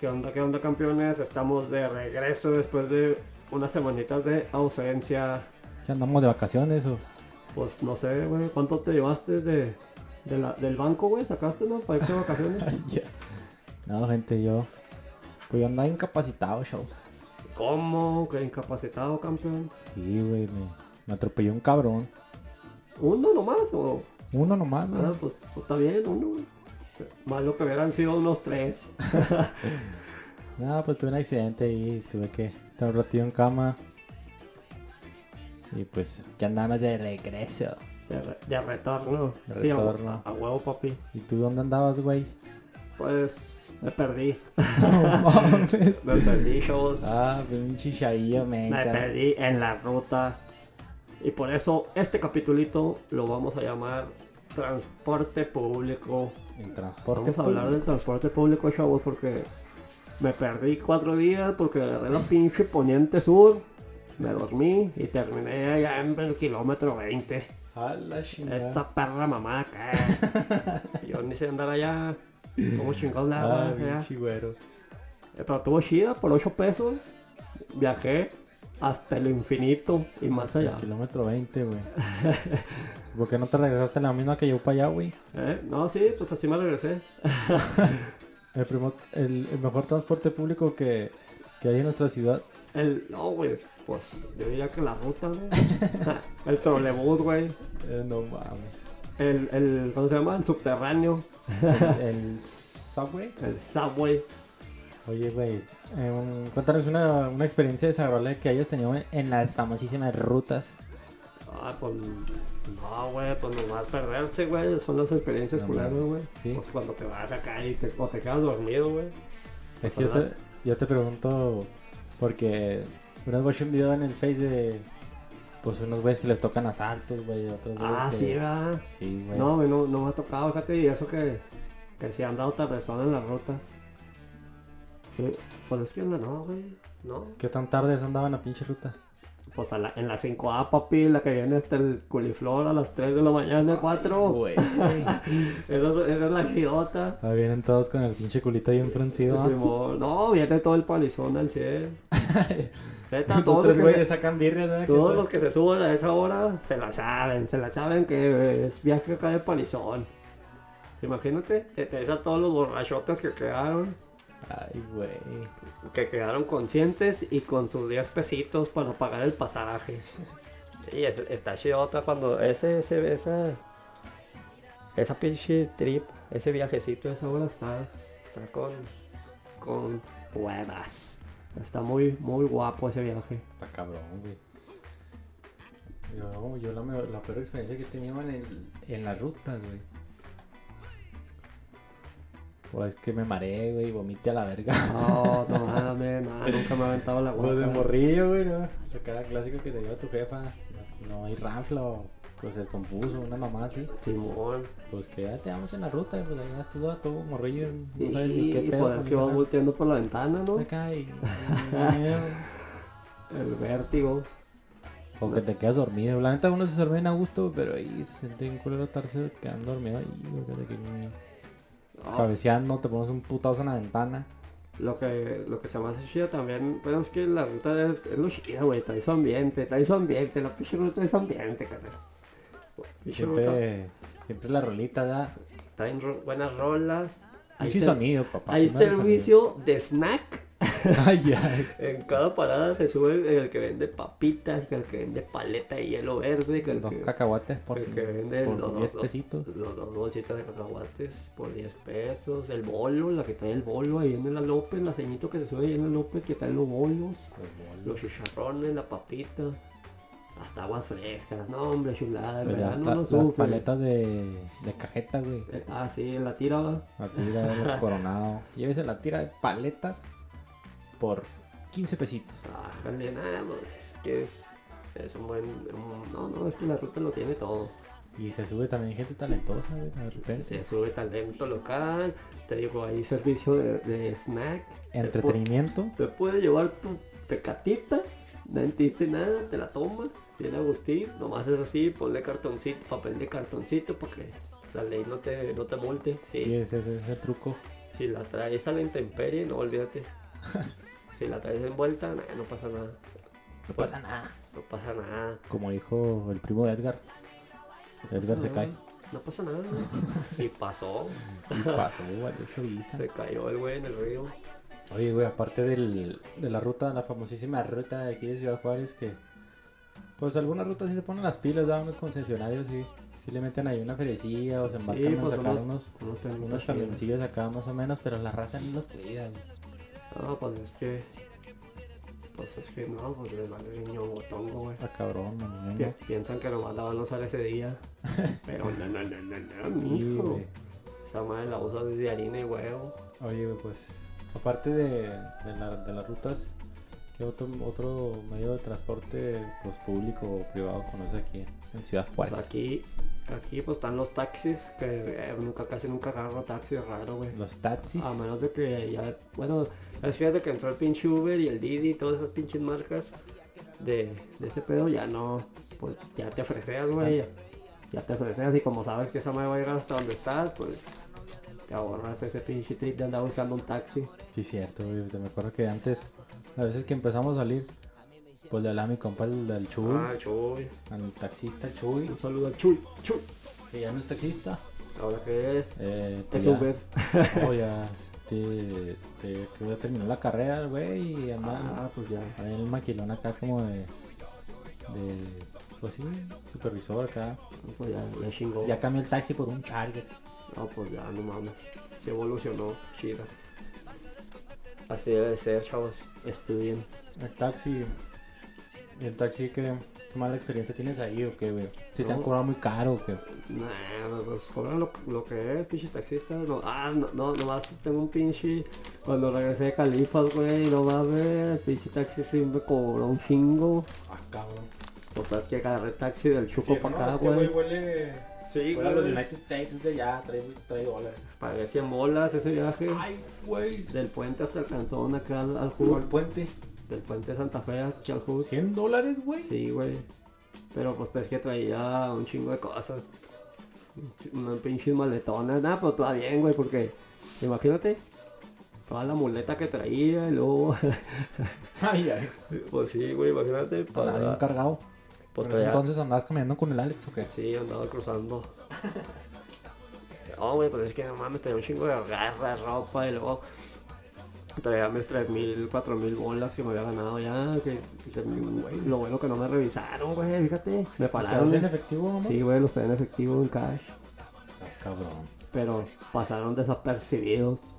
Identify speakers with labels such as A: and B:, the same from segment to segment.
A: ¿Qué onda, qué onda campeones? Estamos de regreso después de unas semanitas de ausencia.
B: ¿Ya andamos de vacaciones o?
A: Pues no sé, güey, ¿cuánto te llevaste de, de la- del banco, güey? ¿Sacaste, no? Para irte de vacaciones.
B: Ay, ya. No, gente, yo. Pues yo andaba incapacitado, show.
A: ¿Cómo? ¿Qué incapacitado, campeón?
B: Sí, güey, me, me atropelló un cabrón.
A: ¿Uno nomás o...?
B: Uno nomás, güey.
A: Ah, pues, pues está bien, uno, güey. Más lo que hubieran sido unos tres.
B: No, pues tuve un accidente y tuve que estar un ratito en cama. Y pues, que andamos de regreso.
A: De, re- de retorno.
B: De
A: Sí, a hue-
B: retorno.
A: a huevo, papi.
B: ¿Y tú dónde andabas, güey?
A: Pues me perdí.
B: No mames.
A: Me perdí, chavos.
B: ah, pinche chavillo, me
A: Me perdí en la ruta. Y por eso este capitulito lo vamos a llamar transporte público.
B: En transporte.
A: Vamos a hablar del transporte público, chavos, porque me perdí cuatro días porque agarré la pinche poniente sur. Me dormí y terminé allá en el kilómetro 20.
B: A la chingada.
A: Esta perra mamada que Yo ni sé andar allá. Como chingados la hago
B: Ah,
A: allá?
B: pinche güero.
A: Eh, Pero estuvo chida por 8 pesos. Viajé hasta el infinito y más allá.
B: Kilómetro 20, güey. ¿Por qué no te regresaste en la misma que yo para allá, güey?
A: ¿Eh? No, sí, pues así me regresé.
B: El, primo- el, el mejor transporte público que, que hay en nuestra ciudad.
A: El, no, güey, pues yo diría que la ruta, güey. el trolebús, güey.
B: Eh, no mames.
A: El, el, ¿cómo se llama? El subterráneo.
B: El, el subway.
A: El subway.
B: Oye, güey, eh, un- cuéntanos una, una experiencia desagradable que hayas tenido en, en las famosísimas rutas.
A: Ah, pues no, güey, pues nomás perderse, güey. Son las experiencias
B: No
A: culeras,
B: mames,
A: güey.
B: sí.
A: Pues cuando te vas acá y te, o te quedas dormido, güey.
B: Es que yo te, yo te pregunto, porque una vez watché un video en el Face de, pues, unos güeyes que les tocan asaltos, güey, otros güeyes
A: Ah,
B: que-
A: sí, ¿verdad?
B: Sí, güey.
A: No, güey, no, no me ha tocado, fíjate, y eso que, que sí han dado tardezón en las rutas. Sí, Pues es que anda, no, güey, no.
B: ¿Qué tan tarde se andaban la pinche ruta?
A: Pues a la- en la 5A, papi, la que viene hasta el coliflor a las 3 de la mañana, 4. Esa es, esa es la gigota.
B: Ahí vienen todos con el pinche culito bien fruncido. ¿ah?
A: Simón, No, viene todo el palizón al cielo. Neta,
B: Los
A: todos, los
B: tres
A: que,
B: güeyes sacan birrias, ¿verdad?
A: se- todos los que se suben a esa hora se la saben, se la saben que es viaje acá de palizón. Imagínate, te traes a todos los borrachotes que quedaron.
B: Ay, güey.
A: que quedaron conscientes y con sus 10 pesitos para pagar el pasaje. Sí, es- está chidota cuando ese, ese, esa, esa pinche trip, ese viajecito, esa hora está, está con, con huevas. Está muy, muy guapo ese viaje.
B: Está cabrón, güey. Yo, yo la, me- la peor experiencia que he tenido en, el, en las rutas, güey. Pues que me mareé, güey, vomité a la verga.
A: No, Oh, no mames, no, nunca me ha aventado la
B: Pues de
A: guapa.
B: morrillo, güey, ¿no? Lo que era clásico que te dio tu jefa. No hay rafla o pues se descompuso, una mamá así.
A: Simón.
B: Pues que ya te vamos en la ruta, y pues ahí vas tú a todo morrillo. No
A: Y,
B: sabes ni qué
A: y
B: pedo.
A: por eso
B: con
A: que va
B: esa-
A: volteando por la ventana, ¿no?
B: acá y-
A: El vértigo.
B: O que te quedas dormido. La neta, uno se duermen a gusto, pero ahí se siente bien culero estarse quedando dormido ahí. güey, fíjate que ni-
A: No,
B: Cabeceando, te pones un putazo en la ventana.
A: Lo que, lo que se me hace chido también, pero es que la ruta es, es lo chido, güey, trae su ambiente, trae su ambiente, la pinche ruta es ambiente, carnal. Pinche ruta,
B: Siempre, siempre la rolita da.
A: traen ro- buenas rolas. Hay,
B: Hay
A: ser-
B: sonido, papá.
A: hay
B: primero el
A: servicio de snack.
B: sonido. Ay, ay.
A: En cada parada se sube el que vende papitas, que el que vende paleta de hielo verde, que el
B: Dos
A: que,
B: cacahuates por,
A: el
B: cin-
A: que vende
B: por
A: los,
B: 10
A: dos-
B: pesitos.
A: los dos bolsitas de cacahuates por 10 pesos, el bolo, la que trae el bolo, ahí viene la López, la ceñito que se sube ahí en la López, que trae los bolos. los chicharrones, la papita, hasta aguas frescas, no hombre, chulada, en
B: Pues ya
A: verdad no
B: ta-
A: lo
B: las
A: sufres.
B: paletas de, de cajeta, güey.
A: Eh, Ah, sí, la tira va.
B: La tira de los coronados. Llévese la tira de paletas por 15 pesitos.
A: Bájale, nada, pues, es que es, es un buen... un- no, no, es que la ruta lo tiene todo.
B: Y se sube también gente talentosa, güey, de repente.
A: Se sube talento local, te digo, ahí servicio de, de snack. Te
B: Entretenimiento.
A: pu- Te puede llevar tu tecatita, nadie te dice nada, te la tomas, bien Agustín, nomás es así, ponle cartoncito, papel de cartoncito, para que la ley no te, no te multe, sí.
B: Y ese, ese, ese truco.
A: Si la traes a la intemperie, no olvídate. si la traes envuelta, nah, no pasa nada.
B: No pasa nada.
A: No pasa nada.
B: Como dijo el primo de Edgar. Edgar se cae.
A: No pasa nada. y pasó.
B: Y pasó, valió choriza.
A: Se cayó el güey en el río.
B: Oye, güey, aparte del, de la ruta, la famosísima ruta de aquí de Ciudad Juárez, que pues algunas rutas sí se ponen las pilas, dan unos concesionarios y sí le meten ahí una ferecilla o se embarcan
A: Sí,
B: en
A: pues,
B: sacar
A: unos- Pues,
B: unos,
A: unos
B: unos,
A: camioncitos.
B: camioncillos acá más o menos, pero la raza no los cuida. güey.
A: No, pues es que. Pues es que no, pues les vale el niño botongo, güey.
B: Está cabrón, man,
A: Pi-
B: venga.
A: Piensan que nomás la van a usar ese día. Pero no, no, no, no, no,
B: Sí,
A: mijo.
B: güey.
A: Esa madre la usa desde harina y huevo.
B: Oye, güey, pues aparte de, de la- de las rutas, ¿qué otro, otro medio de transporte pues, público o privado conoces aquí en Ciudad
A: Pues
B: Juárez?
A: aquí, aquí pues están los taxis, que eh, nunca, casi nunca agarro taxi, es raro, güey.
B: Los taxis.
A: A menos de que ya, bueno, es fíjate que entró el pinche Uber y el Didi y todas esas pinches marcas de, de ese pedo, ya no, pues ya te ofreceas, güey. Ya, ya te ofreceas y como sabes que esa madre va a llegar hasta donde estás, pues te ahorras ese pinche trip de andar buscando un taxi.
B: Sí, cierto, güey, te me acuerdo que antes, a veces que empezamos a salir, pues le hablaba a mi compa el, al Chuy,
A: Ah, chuy.
B: al taxista Chuy,
A: Un saludo al Chuy, Chuy.
B: que ya no es taxista.
A: Ahora que es,
B: Eh,
A: es
B: pues ya-
A: Uber.
B: oh, ya, te, te, que ya terminó la carrera, el güey, y andaba
A: Ah, pues ya.
B: ahí en el maquilón acá como de, de, pues sí, supervisor acá.
A: No, Pues ya, ya chingó.
B: Ya cambió el taxi por un Charger.
A: No, pues ya, no mames. Se evolucionó, chida. Así debe de ser, chavos. Estudien.
B: El taxi, ¿y el taxi que, qué mala experiencia tienes ahí o qué, güey? Si te han
A: No.
B: cobrado muy caro o qué.
A: Nah, pues cobran lo, lo que es, pinches taxistas. No, ah, no, no, nomás tengo un pinche. Cuando regresé de Califas, güey, no mames, el pinche taxi sí me cobró un chingo.
B: Ah, cabrón.
A: O sea, es que agarré taxi del Chuco
B: Pues
A: para acá, güey.
B: huele...
A: Sí,
B: Fuera los United States de ya, trae, trae dólares.
A: Pagué 100 bolas ese viaje.
B: Ay, güey.
A: Del puente hasta el cantón acá al, al
B: Jugó el
A: Hood.
B: puente.
A: Del puente de Santa Fe aquí al Hood.
B: 100 dólares, güey.
A: Sí, güey. Pero pues es que traía un chingo de cosas. Un ch- Una pinche maletona. Nada, pero todo bien, güey, porque imagínate toda la muleta que traía y luego.
B: Ay, ay.
A: pues sí, güey, imagínate.
B: Andaba bien
A: Para,
B: cargado.
A: pues
B: Pero en ese
A: traía-
B: entonces andabas caminando con el Alex o qué?
A: Sí, andaba cruzando. No, güey, pero es que no mames, traía un chingo de garra, ropa y luego traía mis 3000, 4000 bolas que me había ganado ya. Que, que- lo bueno que no me revisaron, güey, fíjate. Me pararon.
B: ¿Estabas en efectivo, mamá?
A: Sí, güey, los traía en efectivo, en cash.
B: Estás cabrón.
A: Pero pasaron desapercibidos.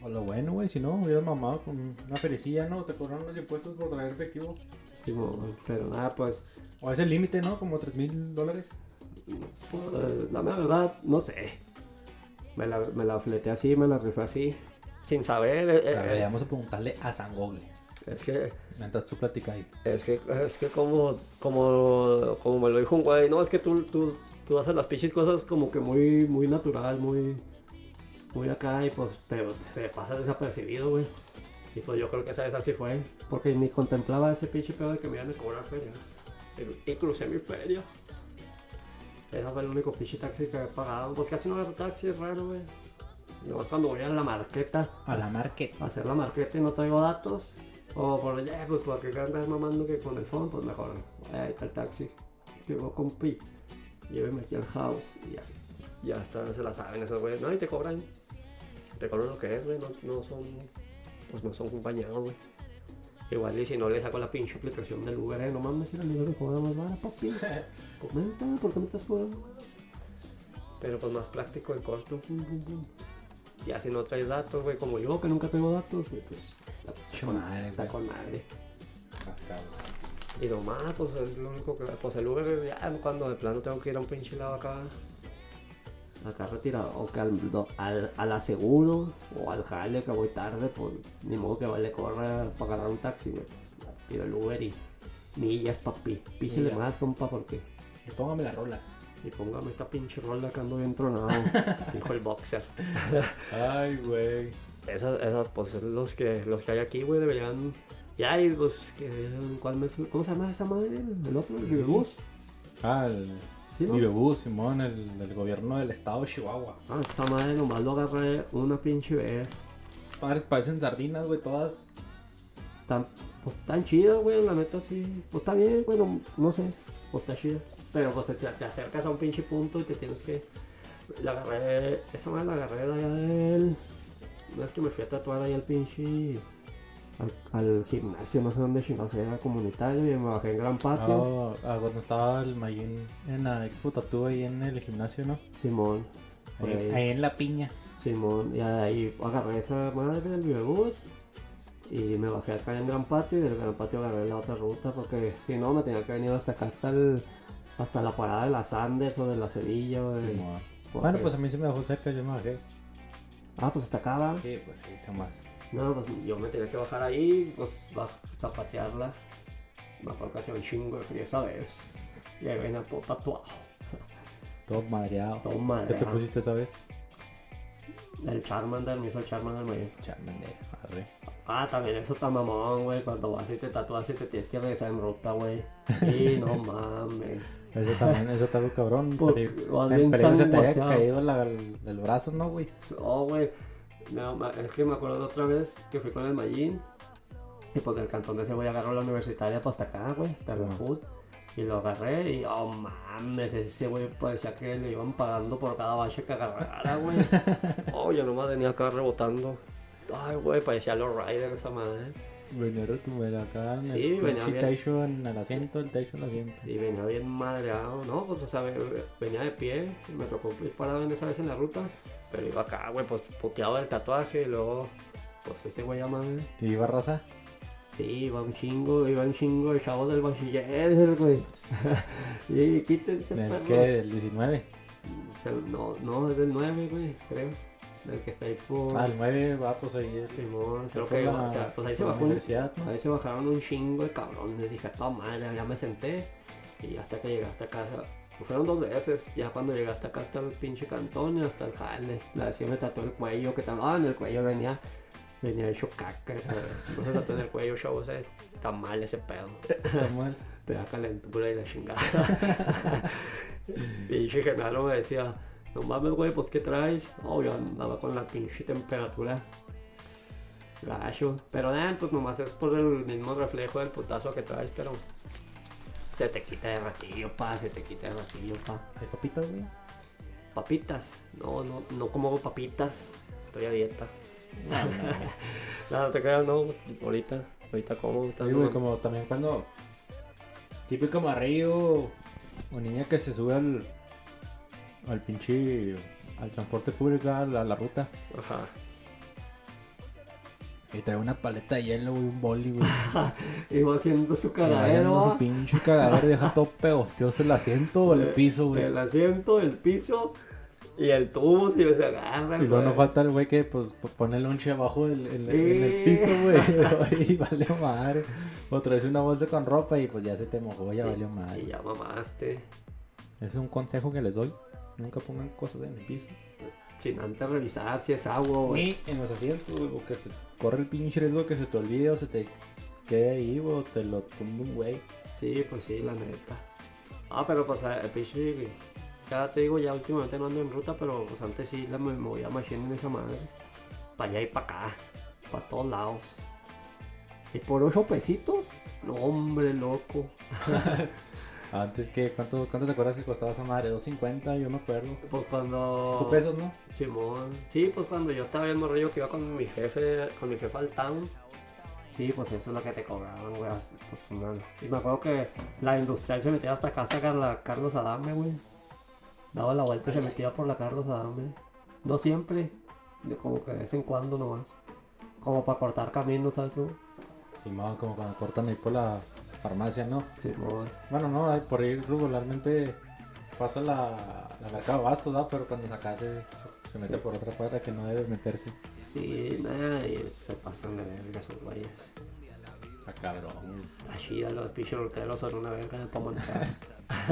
B: O Pues lo bueno, güey, si no, hubieras mamado con una ferecilla, ¿no? Te cobraron los impuestos por traer efectivo.
A: Simón, pero nada, pues,
B: O es el límite, ¿no? Como 3 mil dólares.
A: pues, la mera verdad, no sé. Me la, me la fleté así, me la rifé así. Sin saber, eh, eh,
B: A ver, vamos a preguntarle a San Google.
A: es que
B: Mientras tú platicas ahí.
A: Es que, es que como, como, como me lo dijo un güey, no, es que tú, tú, tú haces las pinches cosas como que muy, muy natural, muy, muy acá y pues te, te pasa desapercibido, güey. Y pues yo creo que esa vez así fue, porque ni contemplaba ese pinche pedo de que me iban a cobrar feria. Y, y crucé mi feria. Era el único pinche taxi que había pagado. Pues casi no era taxi, es raro, güey. Nomás cuando voy a la marqueta
B: A la market.
A: hacer la marqueta y no traigo datos. O por allá, pues porque andas mamando que con el phone, pues mejor. Ahí está el taxi. Llegó con Pi. Lléveme aquí al house. Y así. Ya está, se la saben esos güeyes. No, y te cobran. Te cobran lo que es, güey. No, no son. Pues no son compañeros, güey. Igual y si no le saco la pinche aplicación del Uber, eh, no mames, si la libre me cobra más vara, papi. Comenta, ¿por qué me estás cobrando? Pero pues más práctico y corto. Pum, pum, pum. Ya si no traes datos, güey, como yo que nunca traigo datos, güey, pues está
B: Che
A: con-
B: madre,
A: está
B: güey.
A: con madre.
B: Estás pues, cabrón.
A: Y nomás, pues es lo único que. Pues el Uber, ya cuando de plano tengo que ir a un pinche lado acá. Acá retirado, o que al, do- al, al aseguro, o al jale que voy tarde, pues ni modo que vale correr para agarrar un taxi, güey. Tiro el Uber y millas, papi. Písele
B: Mira.
A: más, compa, porque.
B: Y póngame la rola.
A: Y póngame esta pinche rola que ando bien tronado, dijo el boxer.
B: Ay, güey.
A: Esas, esas, pues los que, los que hay aquí, güey, deberían. Ya, y los que. ¿cuál me, ¿Cómo se llama esa madre? ¿El otro? ¿El Riverbus?
B: Ah, el
A: Sí, ¿no?
B: Videobús, Simón, el del gobierno del estado de Chihuahua.
A: Ah, esta madre nomás lo agarré una pinche vez.
B: Padres parecen sardinas, güey, todas.
A: Tan, pues tan chida, güey, la neta sí. Pues está bien, bueno, no sé. Pues está chida. Pero pues te, te acercas a un pinche punto y te tienes que. La agarré. Esa madre la agarré de allá del. No es que me fui a tatuar ahí al pinche. Al, al gimnasio, no sé dónde chingados era comunitario y me bajé en Gran Patio.
B: Ah, ah, cuando estaba el Mayín en la Expo Tattoo ahí en el gimnasio, ¿no?
A: Simón. por
B: Ahí,
A: ahí.
B: ahí en la piña.
A: Simón, y ahí agarré esa madre del videobús y me bajé acá en Gran Patio y del Gran Patio agarré la otra ruta porque si no me tenía que venir hasta acá, hasta, el- hasta la parada de las Sanders o de la Sevilla. o de-
B: Simón.
A: por
B: Bueno,
A: ahí.
B: pues a mí se me dejó cerca, yo me bajé.
A: Ah, pues hasta acá va.
B: Sí, pues sí, jamás.
A: No, pues yo me tenía que bajar ahí, pues va- zapatearla. Me acuerdo que hacía un chingo de frío esa vez. Y ahí venía todo tatuado,
B: Todo madreado.
A: todo
B: ¿Qué te
A: madreado.
B: pusiste esa vez?
A: El Charmander, me hizo el Charmander mayor.
B: Charmander, arre.
A: Ah, también eso está mamón, güey. Cuando vas y te tatúas y te tienes que regresar en ruta, güey. Y no mames.
B: Eso también, eso está muy cabrón.
A: Por-
B: peri-
A: más
B: en
A: bien
B: peligro se te haya
A: sanguaseado.
B: caído la- el, el brazo, ¿no, güey?
A: Oh, güey. No, ma- es que me acuerdo de otra vez que fui con el Mayín. Y pues del cantón de ese güey agarró la universitaria pues, hasta acá, güey, hasta la HUD. Y lo agarré y, oh mames, ese güey parecía que le iban pagando por cada bache que agarrara, güey. oh, yo nomás venía acá rebotando. Ay, güey, parecía los Riders esa madre.
B: Venía retumbado acá en
A: Sí,
B: el
A: venía
B: pinche
A: bien.
B: techo, en el asiento, el techo, el asiento.
A: Y venía bien madreado, ¿no? Pues, o sea, ve- ve- venía de pie, y me tocó ir parado en esa vez en la ruta, pero iba acá, güey, pues puteado del tatuaje y luego, pues ese güey ya madre.
B: ¿Y iba raza?
A: Sí, iba un chingo, iba un chingo de chavos del bachiller, güey. y quítense,
B: ¿Del
A: perros.
B: qué? ¿Del 19?
A: Se- no, no, es del 9, güey, creo. Del que está ahí por.
B: Ah, el 9 va, pues ahí es.
A: Simón, creo
B: por
A: que.
B: la-
A: o sea, pues ahí se
B: por la
A: bajó un,
B: universidad, ¿no?
A: Ahí se bajaron un chingo de cabrones. Dije, toda madre, ya me senté. Y hasta que llegué hasta casa. Fueron dos veces. Ya cuando llegué hasta acá, hasta el pinche cantón y hasta el jale. La vez que me tatué el cuello, que estaba en el cuello venía. Venía hecho caca. No se tatué en el cuello, chavos. eh, Está mal ese pedo.
B: Está mal.
A: Te da calentura y la chingada. y Genaro me decía, no mames, güey, pues ¿qué traes? Oh, yo andaba con la pinche temperatura. Gacho. Pero, eh, pues nomás es por el mismo reflejo del putazo que traes, pero... Se te quita de ratillo, pa, se te quita de ratillo, pa.
B: ¿Hay papitas, güey?
A: Papitas. No, no, no como papitas. Estoy a dieta. Ah, No, no te creas, no, pues, ahorita, ahorita como.
B: Sí, güey, como también cuando. Típico marrillo o niña que se sube al. al pinche. al transporte público, a la, a la ruta.
A: Ajá.
B: Y trae una paleta de hielo, güey, un boli, güey.
A: Iba haciendo su
B: Y va llenando
A: cagadero,
B: su
A: va. Eh,
B: pinche cagadero, deja todo pegosteoso el asiento o el piso, güey.
A: El asiento, el piso y "Ah, el tubo si se agarran.
B: Y luego no
A: güey.
B: falta el güey que pues p- pone el lonche abajo del, en, en el piso,
A: Sí.
B: güey. y vale madre. O traes una bolsa con ropa y pues ya se te mojó, ya valió
A: Y
B: madre.
A: ya mamaste.
B: Ese es un consejo que les doy. Nunca pongan cosas en el piso.
A: Sin antes revisar si es agua o
B: Ni en los asientos, güey, porque Pues, se corre el pinche riesgo que se te olvide o se te quede ahí, güey, o te lo tumba un güey.
A: Sí, pues sí, la neta. Ah, pero pues eh, el pinche. Ya te digo, ya últimamente no ando en ruta, pero pues antes sí la me me movía machine en esa madre. Para allá y para acá. Para todos lados. Y por ocho pesitos. No, hombre, loco.
B: Antes que, ¿cuánto, cuánto te acuerdas que costaba esa madre? 2.50, yo me acuerdo.
A: Pues cuando.
B: 5 pesos, ¿no?
A: Simón, sí, pues cuando yo estaba bien morrillo que iba con mi jefe, con mi jefa al town. Sí, pues eso es lo que te cobraban, güey. así, Pues una- Y me acuerdo que la industrial se metía hasta acá, hasta Carla- Carlos Adame, güey. Daba la vuelta y se metía por la Carlos Adame. No siempre, de como que de vez en cuando nomás. Como para cortar camino, ¿sabes tú?
B: Y más como cuando cortan ahí por la farmacia, ¿no?
A: Simón.
B: Bueno, no, ahí por ahí regularmente pasa la, la mercado Bastos, ¿no? Pero cuando se acá se, se- se mete
A: Sí.
B: por otra cuadra que no debe meterse.
A: Sí, nada, y se pasan de verga esos güeyes.
B: A cabrón.
A: Está chida, los pinches roteros son una verga para manejar.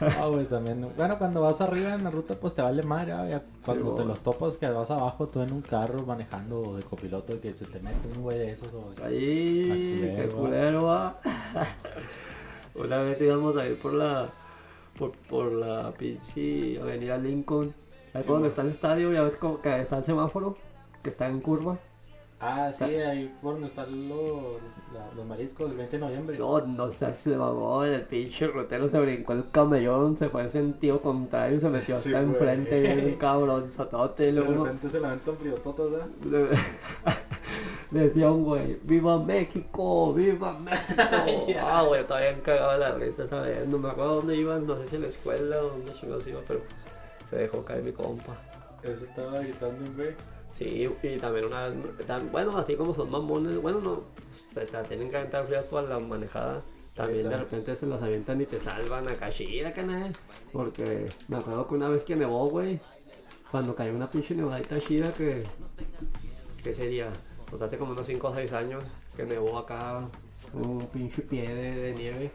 B: Ah, güey, también. Bueno, cuando vas arriba en la ruta, pues te vale madre. ah, ya cuando te
A: güey.
B: los topas, que vas abajo tú en un carro manejando o de copiloto, que se te mete un güey de esos. O...
A: Ahí,
B: Al
A: qué
B: Ah, culero,
A: culero va. Una vez íbamos a ir por la por, por la pinche avenida Lincoln. Ahí
B: Sí,
A: por donde
B: güey.
A: está el estadio, ya ves como que está el semáforo, que está en curva.
B: Ah, sí, ahí por donde están los, la- los mariscos del 20 de noviembre.
A: No, no sé, se mamó el pinche rotero, se brincó el camellón, se fue en sentido contrario, se metió
B: Sí,
A: hasta
B: güey.
A: enfrente, bien un cabrón, satote, y
B: de
A: luego...
B: repente se lamentan friototas, ¿verdad?
A: Le- Decía un güey, ¡Viva México! ¡Viva México! ah, güey, todavía han cagado la risa, ¿sabes? No me acuerdo dónde iban, no sé si en la escuela o dónde chingados iba, pero se dejó caer mi compa.
B: Eso estaba gritando un güey.
A: Sí, y también una vez, tan- bueno, así como son mamones, bueno, no, se te la tienen que aventar fría toda la manejada. También de repente se las avientan y te salvan a cachira, canal. Porque me acuerdo que una vez que nevó, güey, cuando cayó una pinche nevadita chida que, ¿qué sería? Pues hace como unos 5 o 6 años que nevó acá un pinche pie de, de nieve.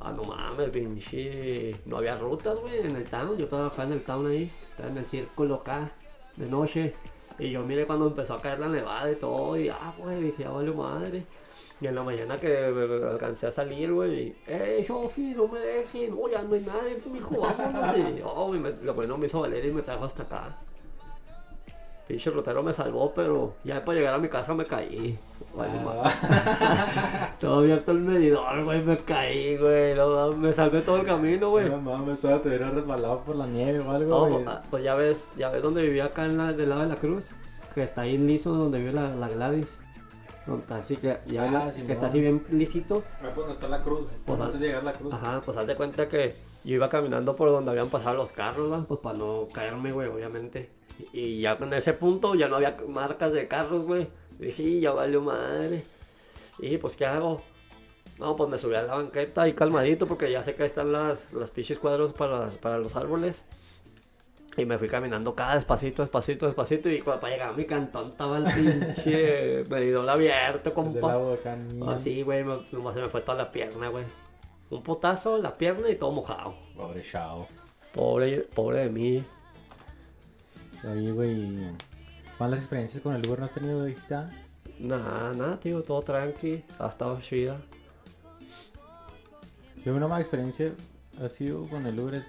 A: Ah, no mames, pinche. No había rutas, güey, en el town. Yo trabajaba en el town ahí, estaba en el círculo acá, de noche. Y yo miré cuando empezó a caer la nevada y todo, y ah, güey, dije, ya vale madre. Y en la mañana que eh, alcancé a salir, güey, eh, Jofi, no me dejen, no, ya no hay nadie, mijo, vámonos. Y, oh, y me, lo bueno me hizo valer y me trajo hasta acá. Pinche rotero me salvó, pero ya para llegar a mi casa me caí. Vale, madre. Todo abierto el medidor, güey, me caí, güey. no, me salvé todo el camino, güey.
B: no mames, todavía te hubiera resbalado por la nieve o algo,
A: No,
B: güey.
A: pues, ah, pues ya ves, ya ves donde vivía acá en la, del lado de la cruz, que está ahí liso donde vive la, la Gladys. Donde está así que ya ves
B: Ah,
A: la-
B: Simón.
A: que está así bien lisito.
B: Ah, pues no está la cruz.
A: Pues,
B: antes de llegar la cruz.
A: Ajá, pues haz de cuenta que yo iba caminando por donde habían pasado los carros, ¿va? pues para no caerme, güey, obviamente. Y ya en ese punto ya no había marcas de carros, güey. Y dije, "Y, ya valió madre. Y pues, ¿qué hago? No, pues me subí a la banqueta ahí calmadito porque ya sé que ahí están las, las pinches cuadros para, para los árboles. Y me fui caminando cada despacito, despacito, despacito. Y cuando para llegar a mi cantón estaba el pinche medidor abierto,
B: El del
A: compa. Ah,
B: lago de Cañón.
A: Así, güey, me- nomás se me fue toda la pierna, güey. Un potazo, la pierna y todo mojado.
B: Pobre chao.
A: Pobre, pobre de mí.
B: Oye, güey. ¿Malas experiencias con el Uber no has tenido, dijiste? ah?
A: Nada, nada, tío, todo tranqui. Ha estado chida.
B: Yo una mala experiencia ha sido con el Uber es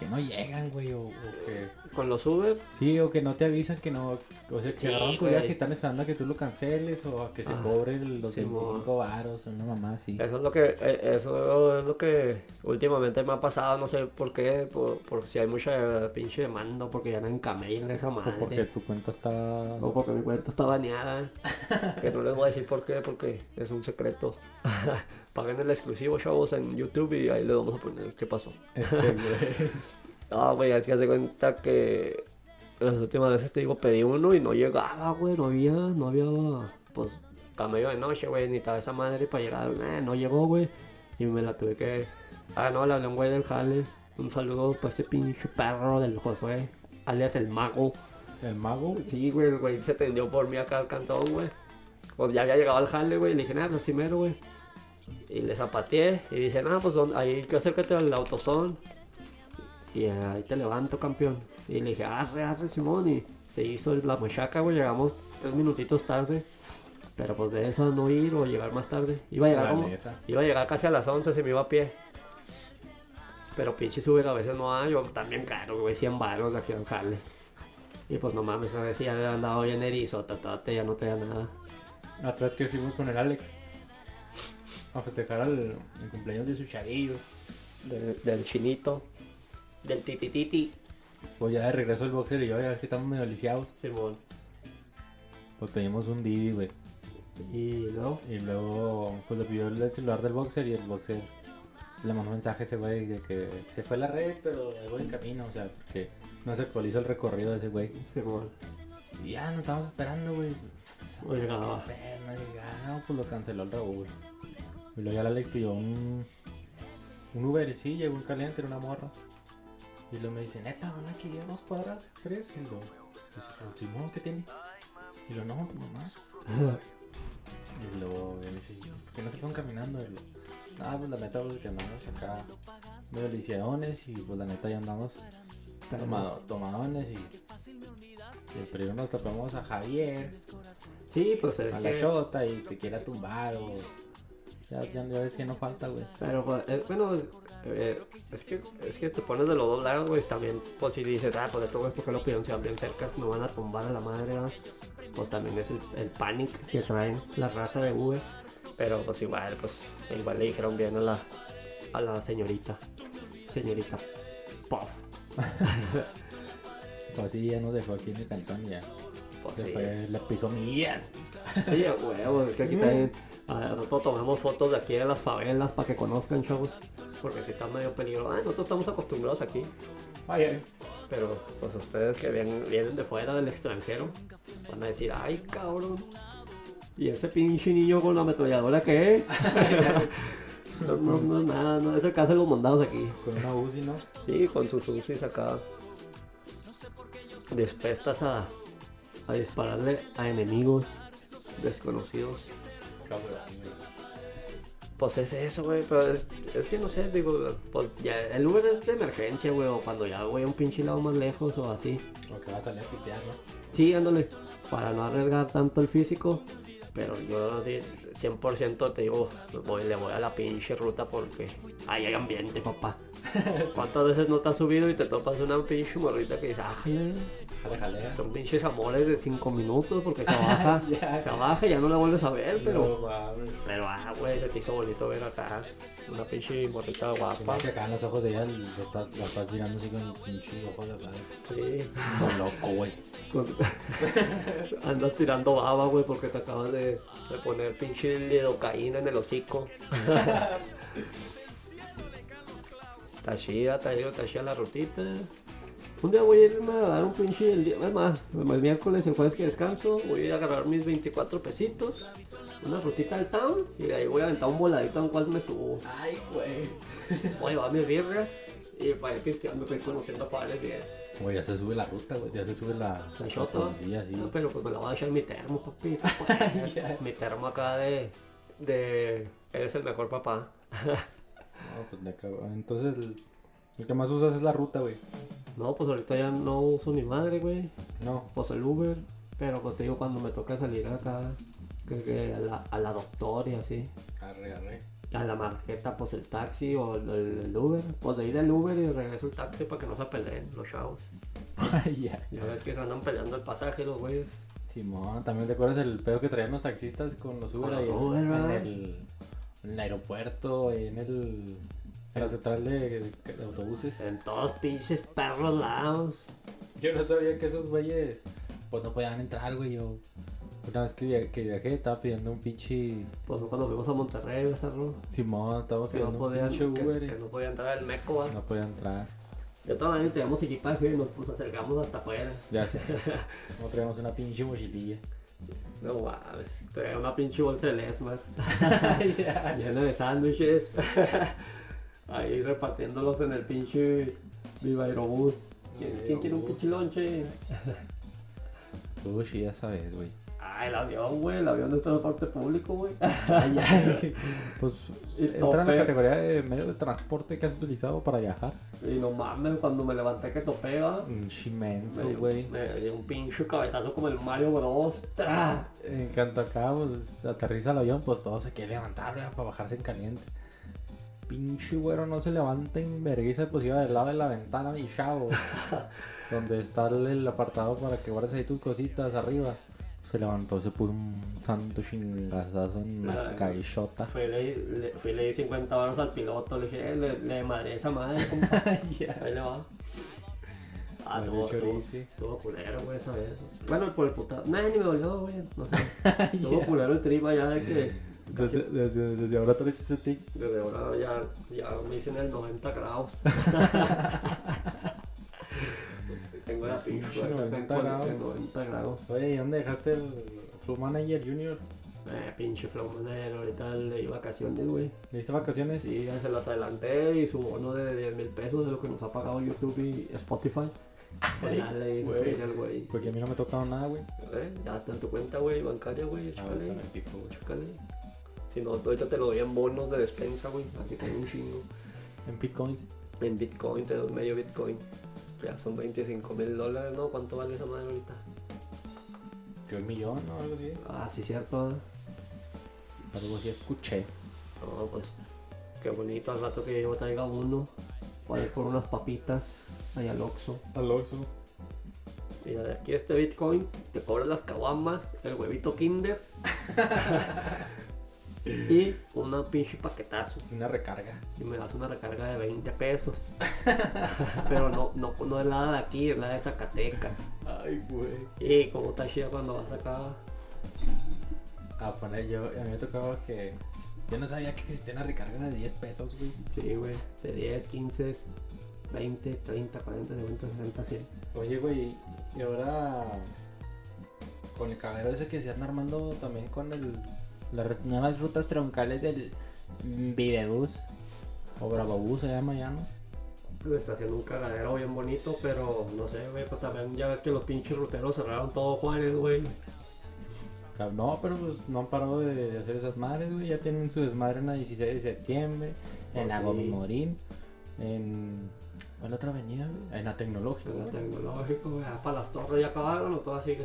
B: que no llegan, güey, o, o que...
A: Con los Uber,
B: Sí, o que no te avisan que no... O sea, que
A: Sí,
B: agarraron tu
A: güey.
B: viaje y están esperando a que tú lo canceles o a que se
A: Ajá.
B: cobre el- los
A: Simón.
B: 25 varos o una mamá así.
A: eso es lo que, eh, eso es lo que últimamente me ha pasado, no sé por qué, por, por si hay mucha eh, pinche demanda, porque ya no en esa
B: O porque
A: madre.
B: tu cuenta está...
A: O porque mi cuenta está baneada. que no les voy a decir por qué, porque es un secreto. Paguen el exclusivo, chavos, en YouTube y ahí le vamos a poner qué pasó.
B: Ese, güey.
A: Ah, güey, es que haz de cuenta que las últimas veces te digo, pedí uno y no llegaba, güey, no había, no había, pues, camello de noche, güey, ni estaba esa madre para llegar, eh, no llegó, güey, y me la tuve que, ah, no, le hablé a un güey del jale, un saludo para ese pinche perro del Josué, alias el mago,
B: El mago...
A: sí, güey, el güey se tendió por mí acá al cantón, güey, pues ya había llegado al jale, güey, y le dije, nada, pues sí mero, güey, y le zapateé, y dice, nada, pues, ¿dónde- ahí hay que acércate al autosón, y ahí te levanto, campeón. Y le dije, arre, arre, Simón. Y se hizo la mochaca, güey. Llegamos tres minutitos tarde. Pero pues de eso a no ir o llegar más tarde. Iba a llegar,
B: La
A: como-
B: neta.
A: iba a llegar casi a las 11 si me iba a pie. Pero pinche Uber a veces no hay. O también caro, güey. 100 baros de aquí al jale. Y pues no mames, a ver si ya le han dado bien erizo, tatate, ya no te da nada.
B: Atrás que fuimos con el Alex a festejar al- el cumpleaños de su chavillo.
A: Del, del chinito. Del titititi.
B: Pues ya de regreso el boxer y yo, ya ves que estamos medio lisiados.
A: Simón.
B: Pues pedimos un Didi, güey.
A: Y luego.
B: Y luego, pues le pidió el celular del boxer y el boxer le mandó un mensaje a ese güey de que se fue a la red, pero de buen camino, o sea, porque no se actualizó el recorrido de ese güey.
A: Simón.
B: Y ya nos estábamos esperando, güey.
A: No llegaba.
B: Qué pena, no llegaba. Pues lo canceló el Raúl. Y luego ya la Alex pidió un, un Uber, y sí, llegó un caliente, era una morra. Y luego me dice, neta, van aquí a dos cuadras, tres. Y luego, dice, "Pues, Simón, ¿qué tiene? Y lo no, pues nomás. Y luego ya me dice, "Yo, ¿por qué no se fueron caminando? Y lo, ah, pues la neta, pues que andamos acá medio lisiones y pues la neta ya andamos tomado, tomadones y. y Primero nos topamos a Javier,
A: Sí, pues es
B: a la
A: que-
B: Shota y te quiera tumbar o, Ya, ya, ya ves que no falta, güey.
A: Pero pues, eh, bueno, es- eh, es, que, es que te pones de los dos lados, güey. También, pues si dices, ah, pues estos güeyes porque lo pidieron bien cerca, no van a tumbar a la madre, ¿verdad? Pues también es el, el panic que traen la raza de Uber. Pero pues igual, pues igual le dijeron bien a la, a la señorita. Señorita. Puff.
B: Pues sí, ya nos dejó aquí en el cantón y ya.
A: Pues
B: Se
A: sí.
B: fue, la pisó millas.
A: Sí, a huevo, es que aquí
B: Mm.
A: también. A nosotros tomamos fotos de aquí de las favelas para que conozcan, chavos. Porque si está medio peligro. Ah, nosotros estamos acostumbrados aquí.
B: Vaya.
A: Pero pues ustedes que vienen, vienen de fuera del extranjero van a decir, ay cabrón. Y ese pinche niño con la ametralladora que es. no, no, no, nada, no, es el que hacen los mandados aquí.
B: Con una UCI, ¿no?
A: Sí, con sus UCIs acá. Dispuestas a, a dispararle a enemigos desconocidos. Pues es eso, güey, pero es, es que no sé, digo, pues ya, el Uber es de emergencia, güey, o cuando ya voy a un pinche lado más lejos o así.
B: Lo que va a salir a pistear, ¿no?
A: Sí, ándale, para no arriesgar tanto el físico, pero yo sí, 100% te digo, voy, le voy a la pinche ruta porque ahí hay ambiente, papá. ¿Cuántas veces no te has subido y te topas una pinche morrita que dices, ájale,
B: Jale, jalea.
A: son pinches amores de 5 minutos porque se baja,
B: Ya.
A: se baja y ya no la vuelves a ver, pero...
B: No, mames.
A: Pero, ah, güey, se te hizo bonito ver acá una pinche morrita guapa.
B: Mira que acá en los ojos de ella lo estás, lo estás mirando así con pinche ojos de acá. de-
A: Sí.
B: Como loco, güey.
A: Con- Andas tirando baba, güey, porque te acabas de, de poner pinche lidocaína en el hocico. está chida, te digo, está chida la rutita. Un día voy a irme a dar un pinche el día, es más, el miércoles, el jueves que descanso, voy a ir a agarrar mis 24 pesitos, una rutita al town, y de ahí voy a aventar un voladito en cual me subo.
B: Ay, güey.
A: Voy a llevar mis birras y para ir pisteando, para ir conociendo padres bien.
B: Güey, ya se sube la ruta, güey. Ya se sube la.
A: La shota.
B: policía, sí.
A: No, pero pues me la voy a echar en mi termo, papi. pues.
B: Ya.
A: mi termo acá de, de. Eres el mejor papá.
B: No, pues de acá, güey. Entonces, el, el que más usas es la ruta, güey.
A: No, pues ahorita ya no uso ni madre, güey.
B: No.
A: Pues el Uber. Pero pues te digo, cuando me toca salir acá, que, que a, la, a la doctor y así.
B: Arre, arre.
A: A la marqueta, pues el taxi o el, el- el Uber. Pues de ir del Uber y regreso el taxi para que no se peleen los chavos.
B: Ay, ya.
A: Ya ves que se andan peleando el pasaje, los güeyes.
B: Simón, ¿también te acuerdas el pedo que traían los taxistas con los Uber
A: Con los
B: ahí en-
A: Uber,
B: en,
A: ¿verdad?
B: el, en el aeropuerto, ahí en el. En la central de, de autobuses.
A: En todos pinches perros lados.
B: Yo no sabía que esos güeyes pues no podían entrar, güey. Yo una vez que, via- que viajé estaba pidiendo un pinche
A: Pues cuando fuimos a Monterrey, Cerro.
B: Simón, estaba
A: Que no,
B: pidiendo un
A: podían,
B: pinche
A: que,
B: Uber. y
A: que no podía entrar el meco, ¿va?
B: no podía entrar.
A: De todas maneras teníamos equipaje y nos pues, acercamos hasta afuera.
B: Ya sé. no traíamos una pinche mochililla.
A: No mames. Traía una pinche bolsa de Lesmar. Llena de sándwiches. Ahí repartiéndolos en el pinche Viva Aerobús. ¿Quién, quién quiere un pinche lonche?
B: Tú sí, ya sabes, güey.
A: Ah, el avión, güey. El avión no está en parte público, güey.
B: Pues
A: Y
B: entra en la
A: tope.
B: categoría de medio de transporte que has utilizado para viajar.
A: Y no mames, cuando me levanté que topeba.
B: Un
A: Me,
B: chimenso,
A: dio-
B: güey.
A: me dio un pinche cabezazo como el Mario Bros. ¡Tra!
B: En cuanto acá pues, aterriza el avión, pues todo se quiere levantar ¿verdad? para bajarse en caliente. Pinche güero no se levanta en vergüenza, pues iba del lado de la ventana, mi chavo. donde está el, el apartado para que guardes ahí tus cositas arriba. Se levantó, se puso un santo chingazazo en la
A: Ay.
B: caixota.
A: Fui le, le- fui, le di 50 baros al piloto, le dije, eh, le, le madre esa madre, compa. Ahí le va. Ah,
B: Valió
A: tuvo, tuvo,
B: chorizo.
A: tuvo culero, güey, esa vez. Bueno, por el putado. Nadie ni me dolió, güey. No sé. Tuvo
B: Ya.
A: culero el trip allá de que.
B: Desde, desde- desde ahora traes ese tic.
A: Desde ahora ya, ya me hice en el 90 grados. Tengo la pinche
B: Pinche
A: acá en
B: 90
A: cuarenta-
B: grados.
A: 90 grados.
B: Oye, ¿y dónde dejaste el Flow Manager Junior?
A: Eh, pinche flomonero, ahorita le di vacaciones, güey.
B: ¿Le hice vacaciones?
A: Sí, ya se las adelanté y su bono de 10 mil pesos de lo que nos ha pagado YouTube y Spotify. Pues ya le hice
B: güey.
A: feria al güey.
B: Porque a mí no me tocaron nada, güey.
A: Eh, Ya está en tu cuenta, güey, bancaria, güey.
B: Ah, bueno,
A: Chécale,
B: me pico, güey.
A: chécale. Si no, ahorita te lo doy en bonos de despensa, güey. Aquí tengo un chingo.
B: En Bitcoins.
A: En Bitcoin, te doy medio Bitcoin. Ya son 25 mil dólares, ¿no? ¿Cuánto vale esa madre ahorita?
B: Yo un millón o algo así.
A: Ah, sí, cierto. ¿eh?
B: Algo así escuché.
A: No, pues qué bonito al rato que yo traiga uno. Para ir por unas papitas allá al Oxxo.
B: Al Oxxo.
A: Mira, de aquí este Bitcoin, te cobran las caguamas, el huevito Kinder. y una pinche paquetazo.
B: Una recarga.
A: Y me das una recarga de 20 pesos. Pero no, no, no es la de aquí, es la de Zacatecas.
B: Ay, güey.
A: Y como está chida cuando vas acá.
B: A poner yo, a mí me tocaba que. Yo no sabía que existía una recarga de 10 pesos, güey.
A: Sí, güey. De 10, 15, 20, 30, 40, 50, 60, 100.
B: Oye, güey, y ahora. Con el cagadero ese que se anda armando también con el. Las ru- nuevas rutas troncales del. Videbus. O Bravobús se llama ya, ¿no?
A: Me Pues, está haciendo un cagadero bien bonito, pero no sé, güey. Pues también ya ves que los pinches ruteros cerraron todo Juárez, güey.
B: Cab- No, pero pues no han parado de, de hacer esas madres, güey. Ya tienen su desmadre en la 16 de septiembre, en
A: Oh,
B: la
A: sí.
B: Gómez Morín, en. ¿Cuál otra avenida, güey? En la tecnológica.
A: En la
B: güey.
A: tecnológico, güey. Ah, Para las torres ya acabaron o todo así.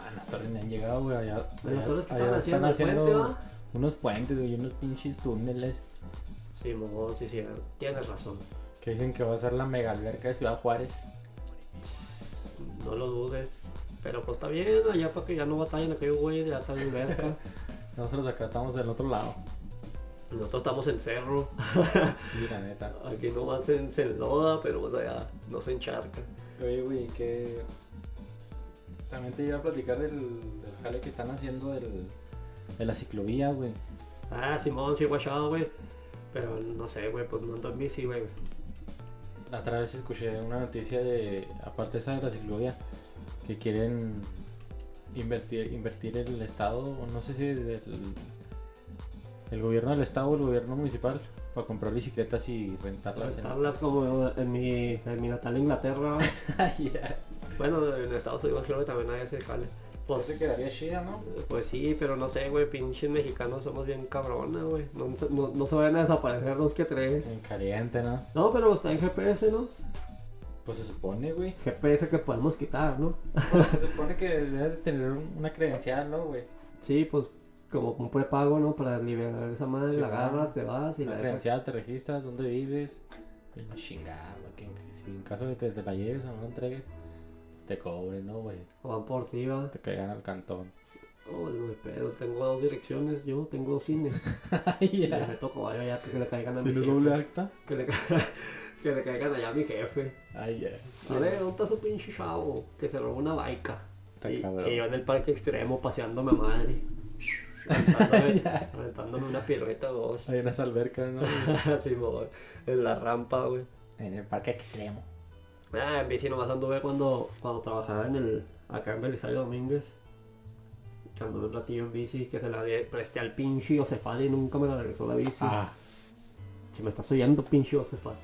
B: Ah, en las torres ni han llegado, güey.
A: En
B: Allá,
A: las
B: allá-
A: torres que
B: allá
A: estaban haciendo el puente, ¿va?
B: unos puentes, güey, unos pinches túneles.
A: Sí, mojón, sí, sí. Tienes razón.
B: Que dicen que va a ser la mega alberca de Ciudad Juárez.
A: No lo dudes. Pero pues está bien, allá para que ya no batallen aquellos güeyes, ya está bien verga.
B: Nosotros acá estamos del otro lado.
A: Nosotros estamos en cerro.
B: Sí, la neta.
A: Aquí nomás se, se enloda, pero pues allá no se encharca.
B: Oye, güey, que. También te iba a platicar del, del jale que están haciendo del, de la ciclovía, güey.
A: Ah, Simón, sí, guachado, güey. Pero no sé, güey, pues no ando en bici, güey.
B: La otra vez escuché una noticia de, aparte esa de la ciclovía, que quieren invertir, invertir el Estado, no sé si del- el gobierno del Estado o el gobierno municipal, para comprar bicicletas y rentarlas. en-
A: Rentarlas Pues, como en mi, en mi natal Inglaterra. güey.
B: Ay, ya.
A: bueno, en Estados Unidos creo que también hay ese jale. Pues,
B: Parece quedaría chida, ¿no?
A: pues sí, pero no sé, güey, pinches mexicanos somos bien cabrones, güey. No, se- no, no se vayan a desaparecer dos que tres.
B: En caliente, ¿no?
A: No, pero está en GPS, ¿no?
B: Pues se supone, güey.
A: GPS que podemos quitar, ¿no?
B: Pues se supone que debe de tener un- una credencial, ¿no, güey?
A: Sí, pues como un prepago, ¿no? Para liberar esa madre,
B: Sí,
A: la
B: claro.
A: agarras, te vas y
B: Una
A: la dejas.
B: credencial, te registras, dónde vives. Y la chingada, güey, que en- si en caso de que te la lleves o no la entregues, te cobren, ¿no, güey?
A: O van por ti, va.
B: Te caigan al cantón.
A: Oh, no, pero tengo dos direcciones, yo tengo dos cines.
B: Ay,
A: Y me tocó, vaya, ya que le caigan a mi
B: ¿Tienes
A: jefe.
B: doble acta?
A: Que le, ca- que le caigan allá a mi jefe.
B: Ay, ya.
A: A ver, ¿dónde está su pinche chavo? Que se robó una baica.
B: Está
A: y,
B: cabrón.
A: y yo en el parque extremo paseándome a madre. Aventándome, aventándome una pirueta o dos.
B: Hay unas albercas, ¿no?
A: Así, güey, en la rampa, güey.
B: en el parque extremo.
A: Ah, en bici nomás anduve cuando, cuando trabajaba en el, acá en Belisario Domínguez. Que anduve un ratillo en bici, que se la di- presté al pinche Josefat y nunca me la regresó la bici.
B: Ah,
A: Si me estás oyendo, pinche Josefat,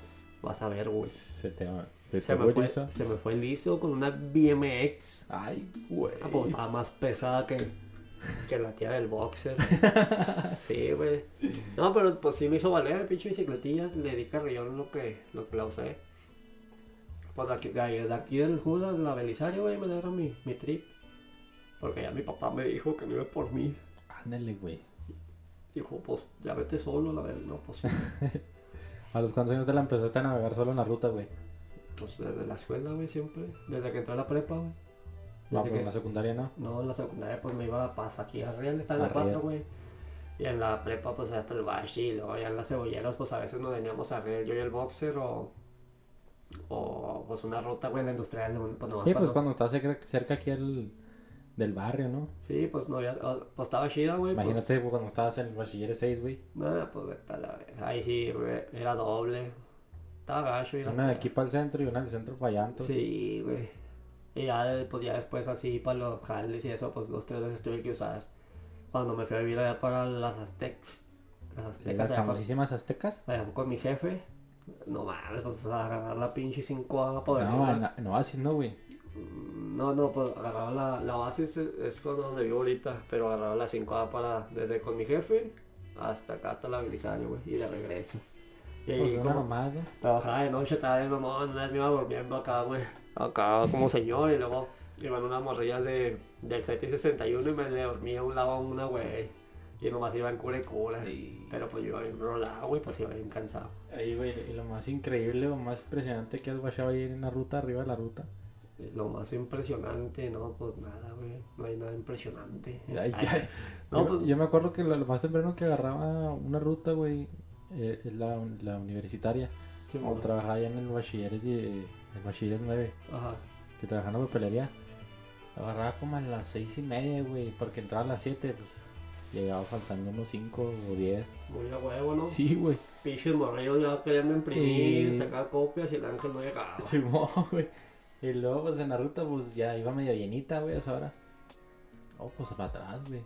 A: vas a ver, güey.
B: se te va. Se te
A: Se me,
B: va
A: fue,
B: eso.
A: se me fue liso con una BMX.
B: Ay, güey.
A: Ah, pues, estaba más pesada que, que la tía del boxer. Sí, güey. No, pero pues sí me hizo valer el pinche bicicletillas. Le di carrillón lo que, lo que la usé. Pues de aquí, de ahí- de aquí del Judas, de la Belisario, güey, me dieron mi, mi trip. Porque ya mi papá me dijo que no iba por mí.
B: Ándale, güey.
A: Dijo, pues ya vete solo, la verdad. No, pues,
B: ¿A los cuántos años te la empezaste a navegar solo en la ruta, güey?
A: pues desde la escuela, güey, siempre. Desde que entré a la prepa, güey. Desde
B: No, pero
A: que-
B: en la secundaria no.
A: No, en la secundaria pues me iba a pasar aquí a Real, estaba en la
B: A Real.
A: 4, güey. Y en la prepa pues hasta el Bashi, y luego ya en las cebolleras pues a veces nos veníamos a Real, yo y el boxer o, o pues una ruta, güey, en la industrial, pues nomás
B: Sí,
A: para
B: pues
A: no-
B: cuando estás cerca, cerca aquí al- del barrio, ¿no?
A: Sí, pues no había, o- pues estaba chida, güey. pues,
B: Imagínate güey, cuando estabas en el bachiller 6, güey.
A: nada, pues vete a la verga. Ahí sí, güey, era doble. Estaba gacho y
B: Una de aquí para el centro y una del centro para allá. entonces.
A: Sí, güey. Y ya, de- pues ya después así para los jales y eso, pues los tres veces tuve que usar. Cuando me fui a vivir allá para las Aztecs. Las Aztecas
B: Las
A: allá, con,
B: famosísimas aztecas.
A: allá con mi jefe. No mames, pues agarrar la pinche 5A para venir.
B: No,
A: a-
B: no, no, así no, güey.
A: No, no, pues agarraba la, la base, es, es por donde vivo ahorita, pero agarraba la 5A para desde con mi jefe hasta acá, hasta la Grisario, güey, y de regreso. Y ahí
B: Pues una
A: como-
B: mamada, güey.
A: Trabajaba de noche, estaba bien mamón, una vez me iba durmiendo acá, güey. Acá como señor, y luego iban unas morrillas de, del 7 y 61 y me le dormía a un lado a una, güey. Y nomás iba en cura y cura.
B: Sí.
A: Pero pues yo iba bien rolado, güey, pues iba bien cansado.
B: Ahí, güey, y lo más increíble o más impresionante que has guachado ahí en la ruta, arriba de la ruta.
A: Y Lo más impresionante, no, pues nada, güey. No hay nada impresionante.
B: Ay, ay.
A: No,
B: yo,
A: pues-
B: yo me acuerdo que lo lo más temprano que agarraba una ruta, güey, eh, es la, la universitaria.
A: Sí,
B: O
A: mo-
B: trabajaba allá en el bachilleres de, el bachilleres 9,
A: Ajá.
B: que trabajaba en la papelería. Agarraba como a las seis y media, güey, porque entraba a las 7, pues llegaba faltando unos 5 o 10.
A: Muy a huevo, ¿no?
B: Sí, güey.
A: Pinches morrillos ya queriendo imprimir,
B: Sí.
A: sacar copias y el ángel no llegaba.
B: Simón, güey. Y luego, pues en la ruta, pues ya iba medio llenita, güey, a esa hora. Oh, pues para atrás, güey.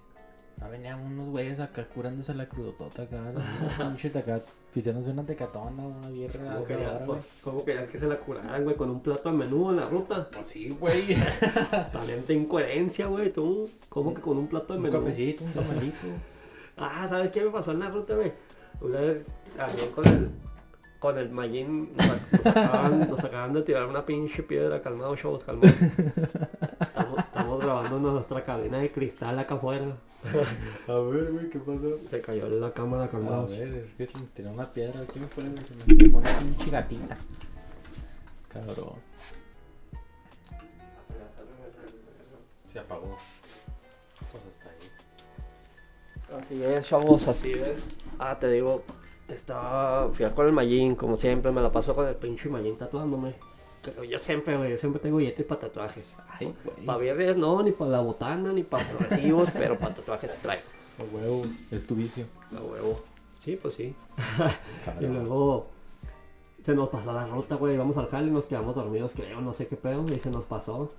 B: Ya venían unos güeyes acá curándose la crudotota acá, ¿no? Un shit acá, pisteándose una tecatona, una birra.
A: Como
B: a esa
A: querían,
B: hora,
A: pues, como querían que se la curaran, güey, con un plato a menudo en la ruta.
B: güey. Pues sí, güey.
A: Talento incoherencia, güey, tú. ¿Cómo que con un plato de
B: un
A: menú?
B: cafecito, un tamalito.
A: Ah, ¿sabes qué me pasó en la ruta, güey? Una vez también con el, con el Mayín nos, ac- nos acaban, nos acaban de tirar una pinche piedra, calmado, chavos, calmado. Estamos, estamos grabando en nuestra cabina de cristal acá afuera.
B: A ver, güey, ¿qué pasó?
A: Se cayó la cámara,
B: A
A: calmado.
B: ver, es que tiró una piedra. ¿Qué me fue, güey? Se me pegó una pinche gatita. Cabrón. Se apagó. Pues hasta ahí.
A: Así es, chavos, así es. Ah, te digo, estaba, fui a con el Mayín, como siempre, me la paso con el pinche Mayín tatuándome. Pero yo siempre, güey, yo siempre tengo billetes para tatuajes.
B: Ay, güey.
A: Para viernes no, ni para la botana, ni para progresivos, pero para tatuajes traigo.
B: A huevo, es tu vicio.
A: A huevo. Sí, pues sí. y luego se nos pasó la ruta, güey. Vamos al jale y nos quedamos dormidos, creo, no sé qué pedo. Y se nos pasó.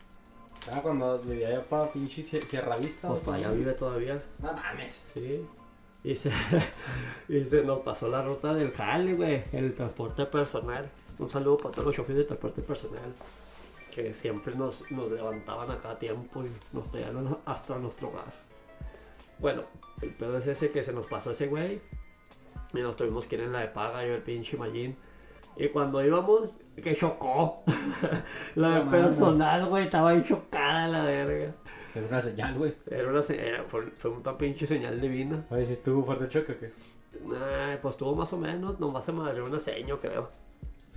B: Ah, cuando vivía allá para pinche Sier- Sierra Vista.
A: Pues para allá vive todavía.
B: No mames.
A: Sí. Y se, y se nos pasó la ruta del jale, güey. El transporte personal. Un saludo para todos los choferes de transporte personal. Que siempre nos, nos levantaban a cada tiempo y nos traían hasta nuestro hogar. Bueno, el pedo es ese que se nos pasó ese güey. Y nos tuvimos que ir en la de paga, yo el pinche Mayín. Y cuando íbamos, que chocó. la de
B: No mames.
A: personal, güey, estaba ahí chocada la verga.
B: Es una señal, güey.
A: Era una, se- era- fue, fue una pinche señal divina.
B: Oye, si estuvo fuerte el choque o qué.
A: Nah, pues tuvo más o menos, nomás se me abrió una seño, creo.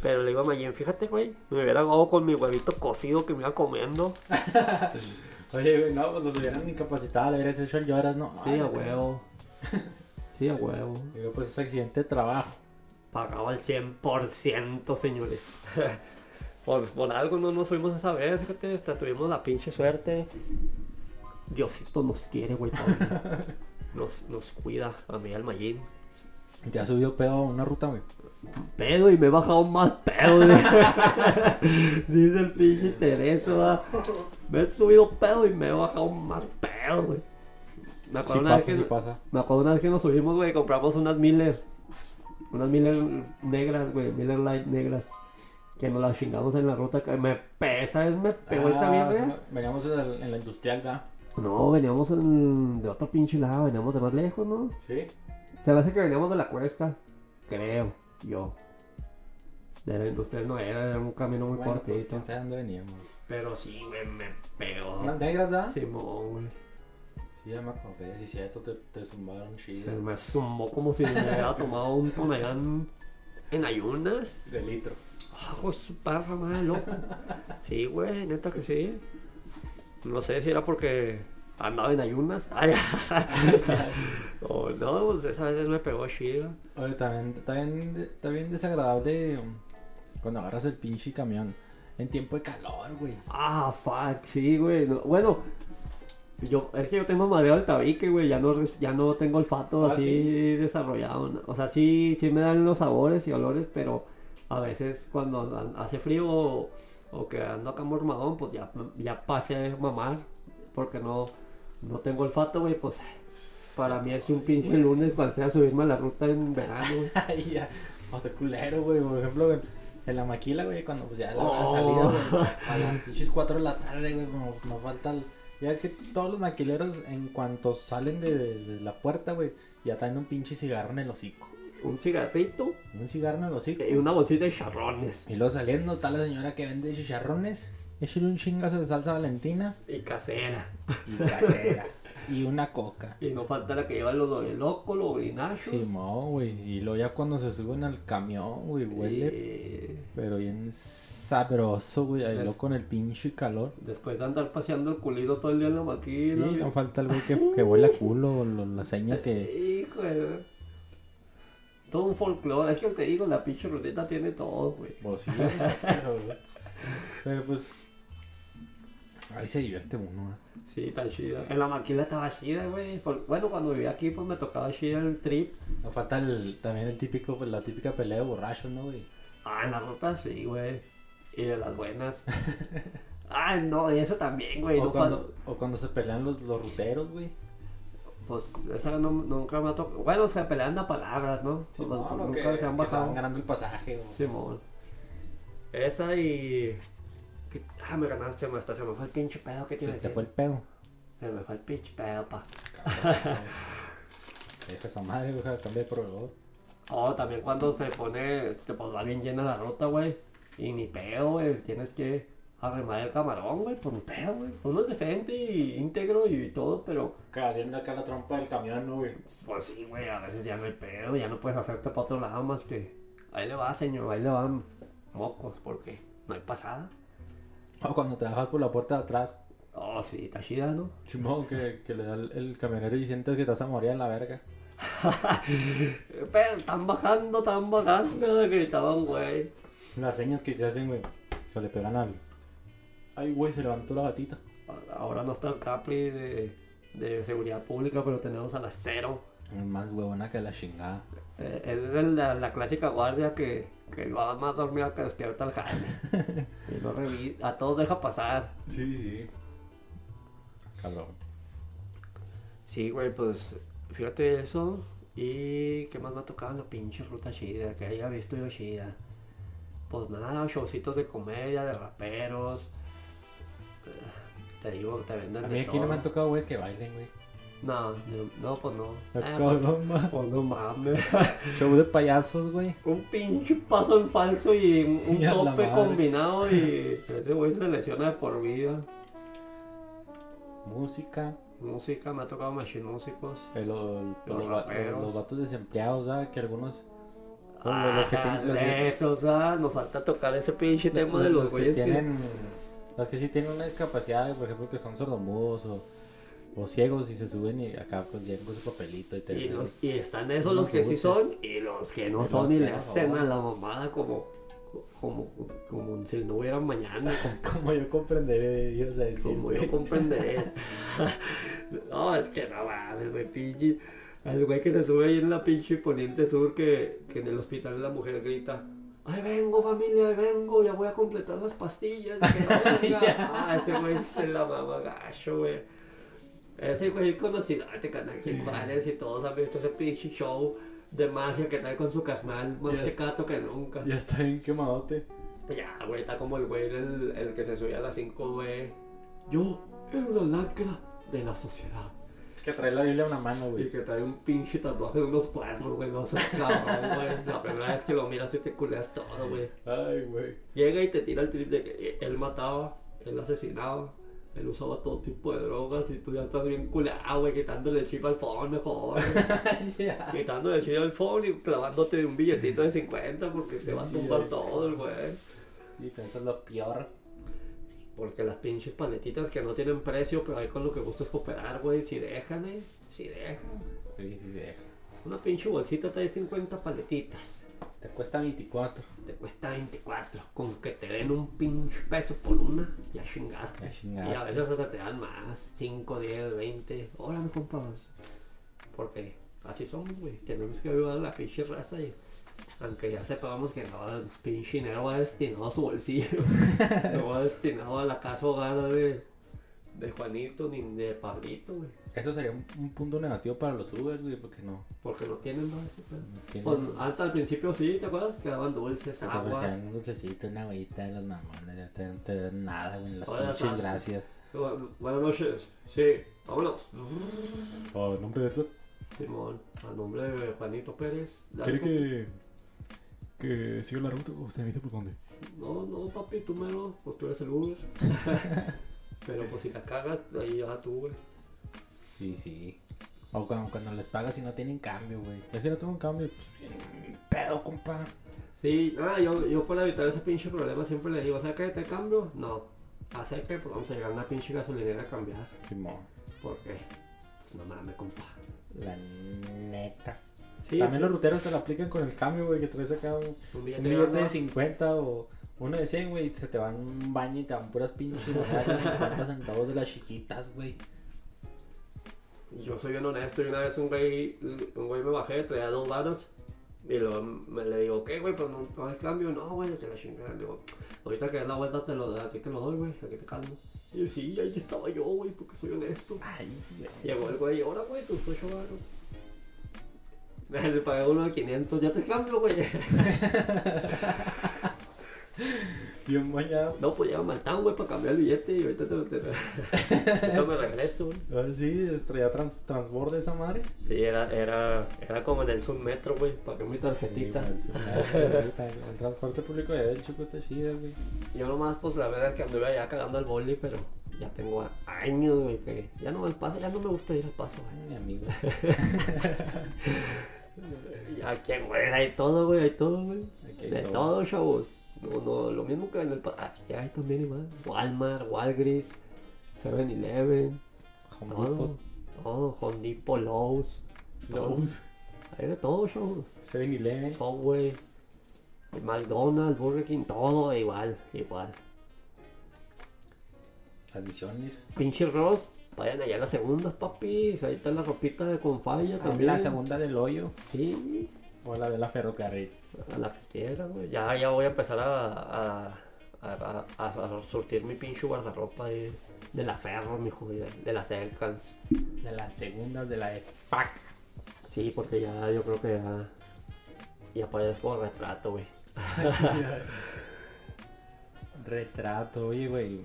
A: Pero le digo a Mayen, fíjate, güey, me hubiera dado con mi huevito cocido que me iba comiendo.
B: Oye, güey, no, pues los hubieran incapacitado, le hubieras hecho el lloras, ¿no?
A: Sí,
B: Ay,
A: a
B: güey.
A: huevo. Sí, a huevo.
B: Y luego, pues es accidente de trabajo.
A: Pagaba al 100%, señores. por, por algo no nos fuimos esa vez, fíjate, hasta tuvimos la pinche suerte. Diosito nos quiere, güey, todavía. nos, nos cuida, a mí y al Mayen.
B: Te ha subido pedo a una ruta, güey.
A: pedo y me he bajado más pedo. Dice Dice el pinche Tereso. ¿verdad? Me he subido pedo y me he bajado más pedo, güey. Me acuerdo,
B: Sí
A: una,
B: pasa,
A: vez que,
B: sí pasa.
A: me acuerdo una vez que nos subimos, güey, compramos unas Miller. Unas Miller negras, güey, Miller Light negras. Que nos las chingamos en la ruta. Que me pesa, es me pegó esa
B: Ah,
A: mierda.
B: sí, Veníamos en, el- en la industrial, ¿verdad?
A: No, veníamos en- de otro pinche lado, veníamos de más lejos, ¿no?
B: Sí.
A: Se me hace que veníamos de la cuesta. Creo, yo. De la industrial no era, era un camino muy
B: Bueno, pues,
A: cortito. Ah.
B: quién sabe dónde veníamos.
A: Pero sí, güey, me pegó.
B: ¿Unas negras, ¿verdad?
A: Simón, güey.
B: Sí, ya me acordé. Sí, cierto, te, te zumbaron
A: Se
B: chido.
A: me sumó como si me hubiera tomado un tonelán en ayunas.
B: De litro.
A: Ajo, su parra, madre, loco. Sí, güey, neta que sí. No sé si era porque andaba en ayunas. Ay, o no, pues esa vez me pegó chido.
B: Oye, también, también, también desagradable um, cuando agarras el pinche camión en tiempo de calor, güey.
A: Ah, fuck, sí, güey. no- bueno, yo, es que yo tengo madreado el tabique, güey. Ya no, res- ya no tengo olfato
B: Ah,
A: así
B: ¿sí?
A: desarrollado. ¿no? O sea, sí, sí me dan los sabores y olores, pero a veces cuando an- hace frío o, o que ando acá mormadón, pues ya, ya pasé a mamar. Porque no, no tengo olfato, güey. Pues para mí es un pinche lunes para sea subirme a la ruta en verano, güey.
B: Ay, ya. O sea, culero, güey. Por ejemplo, en, en la maquila, güey, cuando pues ya la hora de
A: Oh.
B: salida, güey. A las pinches 4 de la tarde, güey, como nos falta el- Ya es que todos los maquileros, en cuanto salen de, de la puerta, güey, ya traen un pinche cigarro en el hocico.
A: Un cigarrito
B: Un cigarro en el hocico.
A: y una bolsita de charrones.
B: Y luego saliendo está la señora que vende chicharrones. Échale un chingazo de salsa valentina
A: Y casera.
B: y casera. y una coca.
A: Y no falta la que llevan los doble loco, los brinachos.
B: Simón, güey. Y luego ya cuando se suben al camión, güey, huele.
A: Eh,
B: Pero bien sabroso, güey. Ahí
A: Es-
B: luego con el pinche calor.
A: Después de andar paseando el culito todo el día en la
B: Y
A: maquina.
B: no falta el güey que, que
A: Uh.
B: huele a culo o lo- la seña que.
A: Hijo de- Todo un folclore. Es que te digo, la pinche rutita tiene todo, güey.
B: Pues sí, güey, pero, güey. Pero pues. Ahí se divierte uno, ¿eh?
A: Sí, tan chida. En la maquila estaba chida, güey. Por- Bueno, cuando vivía aquí, pues me tocaba chida el trip.
B: No falta el- también el típico, pues, la típica pelea de borrachos, ¿no, güey?
A: Ah, en la ruta sí, güey. Y de las buenas. Ay, no, y eso también, güey.
B: o,
A: No
B: cuando, o cuando se pelean los, los ruteros, güey.
A: fal- Pues esa no, nunca me ha tocado. Bueno, se pelean a palabras, ¿no? Pues,
B: Simón, o
A: nunca
B: que-
A: se han
B: que
A: bajado.
B: van ganando el pasaje, güey.
A: Simón. Esa y. que- Ah, me ganaste, maestra. Se me fue el pinche pedo que
B: Se
A: tiene.
B: te fue el pedo.
A: Se me fue el pinche pedo, pa.
B: Deja esa madre, güey, deja, cambia de proveedor.
A: Oh, también cuando se pone, este, pues va bien llena la ruta, güey. Y ni pedo, güey. Tienes que arremar el camarón, güey. Pues ni pedo, güey. Uno es decente y íntegro y todo, pero.
B: Cayendo acá la trompa del camión, güey.
A: Pues sí, güey. A veces ya no hay pedo. Ya no puedes hacerte para otro lado más que. Ahí le va, señor. Ahí le van mocos, porque no hay pasada.
B: O cuando te bajas por la puerta de atrás.
A: Oh, sí, está chida, ¿no?
B: Simón, que, que le da el, el camionero y sientes que te vas a morir en la verga.
A: Pero están bajando, están bajando, gritaban, güey.
B: Las señas que se hacen, güey. Que le pegan al. Ay, güey, se levantó la gatita.
A: Ahora no está el Capri de, de seguridad pública, pero tenemos a las cero.
B: Más huevona que la chingada.
A: Eh, es de la, la clásica guardia que, que va más dormida que despierta al jale. y no revi- a todos deja pasar.
B: Sí, sí. Cabrón.
A: Sí, güey, pues fíjate eso. ¿Y qué más me ha tocado en la pinche ruta chida? Que haya visto yo chida. Pues nada, showcitos de comedia, de raperos. Eh, Te digo, te venden
B: A
A: de
B: mí aquí no
A: todo.
B: me han tocado, güey, es que bailen, güey.
A: No, no, no, pues no.
B: Ah,
A: Ah,
B: cabrón, ma.
A: pues no mames.
B: Show de payasos, güey.
A: un pinche paso en falso y un, un
B: Y a la
A: tope
B: madre.
A: combinado y ese güey se lesiona de por vida.
B: Música.
A: Música, me ha tocado Machine Músicos.
B: El- el-
A: Los
B: los, va-
A: raperos.
B: los vatos desempleados, ¿sabes? Que algunos.
A: Ah,
B: los que tienen- los que-
A: esos, ah, nos falta tocar ese pinche tema de los
B: que
A: güeyes que-
B: tienen. Los que sí tienen una discapacidad, por ejemplo, que son sordomudos o, o ciegos y se suben y acá pues llegan con su papelito y te
A: Y,
B: dicen,
A: los- y están esos
B: Unos
A: los que sí
B: dulces.
A: son y los que no
B: Los
A: son y
B: este, que
A: le
B: no
A: hacen
B: son.
A: a la mamada como, como, como si no hubiera mañana.
B: Como yo comprenderé de Dios a decir.
A: Como yo
B: güey.
A: comprenderé. no, es que no mames, güey, pinche. El güey que te sube ahí en la pinche poniente sur que, que en el hospital la mujer grita. Ahí vengo familia, ahí vengo, ya voy a completar las pastillas. que la verga". ah, ese güey se la mama gacho, güey. Ese güey es conocido, Ah, te canal que vales y todos han visto ese pinche show de magia que trae con su carnal, más
B: Ya.
A: tecato que nunca.
B: Ya está bien quemadote.
A: Pues Ya, güey, está como el güey del el que se subía a las 5, güey. Yo era una lacra de la sociedad.
B: Que trae la Biblia a una mano,
A: Y
B: güey.
A: que trae un pinche tatuaje de unos cuernos, güey. No seas cabrón, güey. La primera vez que lo miras y te culeas todo, güey.
B: Ay, güey.
A: Llega y te tira el trip de que él mataba, él asesinaba, él usaba todo tipo de drogas y tú ya estás bien culeado, güey, quitándole el chip al phone, mejor. quitándole el chip al phone y clavándote un billetito de 50 porque te va a tumbar todo el güey.
B: Y pensas lo peor.
A: Porque las pinches paletitas que no tienen precio, pero ahí con lo que gusto es cooperar, güey. Si dejan, eh. Si dejan.
B: Sí, sí, deja.
A: Una pinche bolsita trae 50 paletitas.
B: Te cuesta 24.
A: Te cuesta 24. Con que te den un pinche peso por una, ya chingaste.
B: Ya chingaste.
A: Y a veces hasta te dan más. 5, 10, 20. Órale, compas. Porque así son, güey. Tenemos que ayudar a la pinche raza y... Aunque ya sepamos que no, el pinche dinero va destinado a su bolsillo. no va destinado a la casa hogar de, de Juanito ni de Pablito, güey.
B: Eso sería un, un punto negativo para los Ubers, güey, porque no.
A: Porque no tienen más.
B: no tienen-
A: Pues hasta al principio sí, ¿te acuerdas? Que daban dulces,
B: Que te
A: aguas.
B: ofrecían un dulcecito, una agüita de los mamones, ya te, te dan nada, güey, las
A: Ahora
B: pinches
A: estás-
B: gracias.
A: Bu- Buenas noches. Sí, vámonos.
B: Por Oh, nombre de eso,
A: Simón, a nombre de Juanito Pérez. dale, papi.
B: que, que siga la ruta o te viste por dónde?
A: No, no, papi, tú mero, pues tú eres el Uber. Pero pues si la cagas, ahí ya tú, güey.
B: Sí, sí. O cuando, cuando les pagas y no tienen cambio, güey. Es que no tengo un cambio, pues bien pedo, compa.
A: Sí, ah, yo, yo para evitar ese pinche problema siempre le digo, ¿sabes qué? ¿Te cambio? No. Acerca y pues vamos a llegar a una pinche gasolinera a cambiar.
B: Simón.
A: ¿Por qué? Pues no mames, compa.
B: La neta.
A: Sí,
B: También
A: sí.
B: los ruteros te lo aplican con el cambio, güey, que traes acá un
A: Un
B: un
A: billete
B: billete de
A: gordo.
B: 50 o uno de 100, güey, y se te van un baño y te dan puras pinches monedas de 50 centavos de las chiquitas, güey.
A: Yo soy bien honesto y una vez un güey, un güey me bajé, traía dos varos y luego me le digo, ¿qué güey? Pues no, no hay cambio, no güey, que la chingada. Le digo, ahorita que es la vuelta te lo a ti te lo doy, güey, aquí te calmo. Y yo, sí, ahí estaba yo, güey, porque soy honesto.
B: Ay, güey.
A: Llegó el güey, ahora güey, tus ocho varos. Le pagué uno de 500, ya te cambio, güey.
B: Bien bañado.
A: No, pues llévame al tan, güey, para cambiar el billete y ahorita te lo te, ahorita me regreso, güey.
B: Ah, sí, estrella trans, transborde esa madre.
A: Sí, era, era, era como en el submetro, güey, pagué mi tarjetita.
B: El transporte público de el chico está chida, güey.
A: Yo nomás, pues la verdad es que anduve allá cagando el boli, pero ya tengo a- años, güey, que ya no me paso, ya no me gusta ir al paso,
B: Ay, mi amigo.
A: güey. Ya que, güey, hay todo, güey, hay todo, güey.
B: Aquí hay
A: De
B: todo.
A: todo, chavos. No, no, lo mismo que en el paso. Aquí hay también, igual. Walmart, Walgreens, 7-Eleven,
B: Home
A: todo.
B: Depot.
A: Todo, Home Depot, Lowe's. todo.
B: Lowe's.
A: Hay de todo, chavos.
B: 7-Eleven.
A: Subway, el McDonald's, Burger King, todo igual, igual.
B: Las misiones.
A: Pinche Ross, vayan allá a las segundas, papis. Ahí está la ropita de con falla también.
B: La segunda del hoyo.
A: Sí,
B: O la de la ferrocarril.
A: a la que quiera, güey. Ya, ya voy a empezar a, a, a, a- a surtir mi pinche guardarropa de, de la Ferro, mijo, y de, de las Elkans.
B: De la segunda de la de PAC.
A: Sí, porque ya yo creo que ya, ya parezco retrato, güey.
B: Retrato, oye, güey.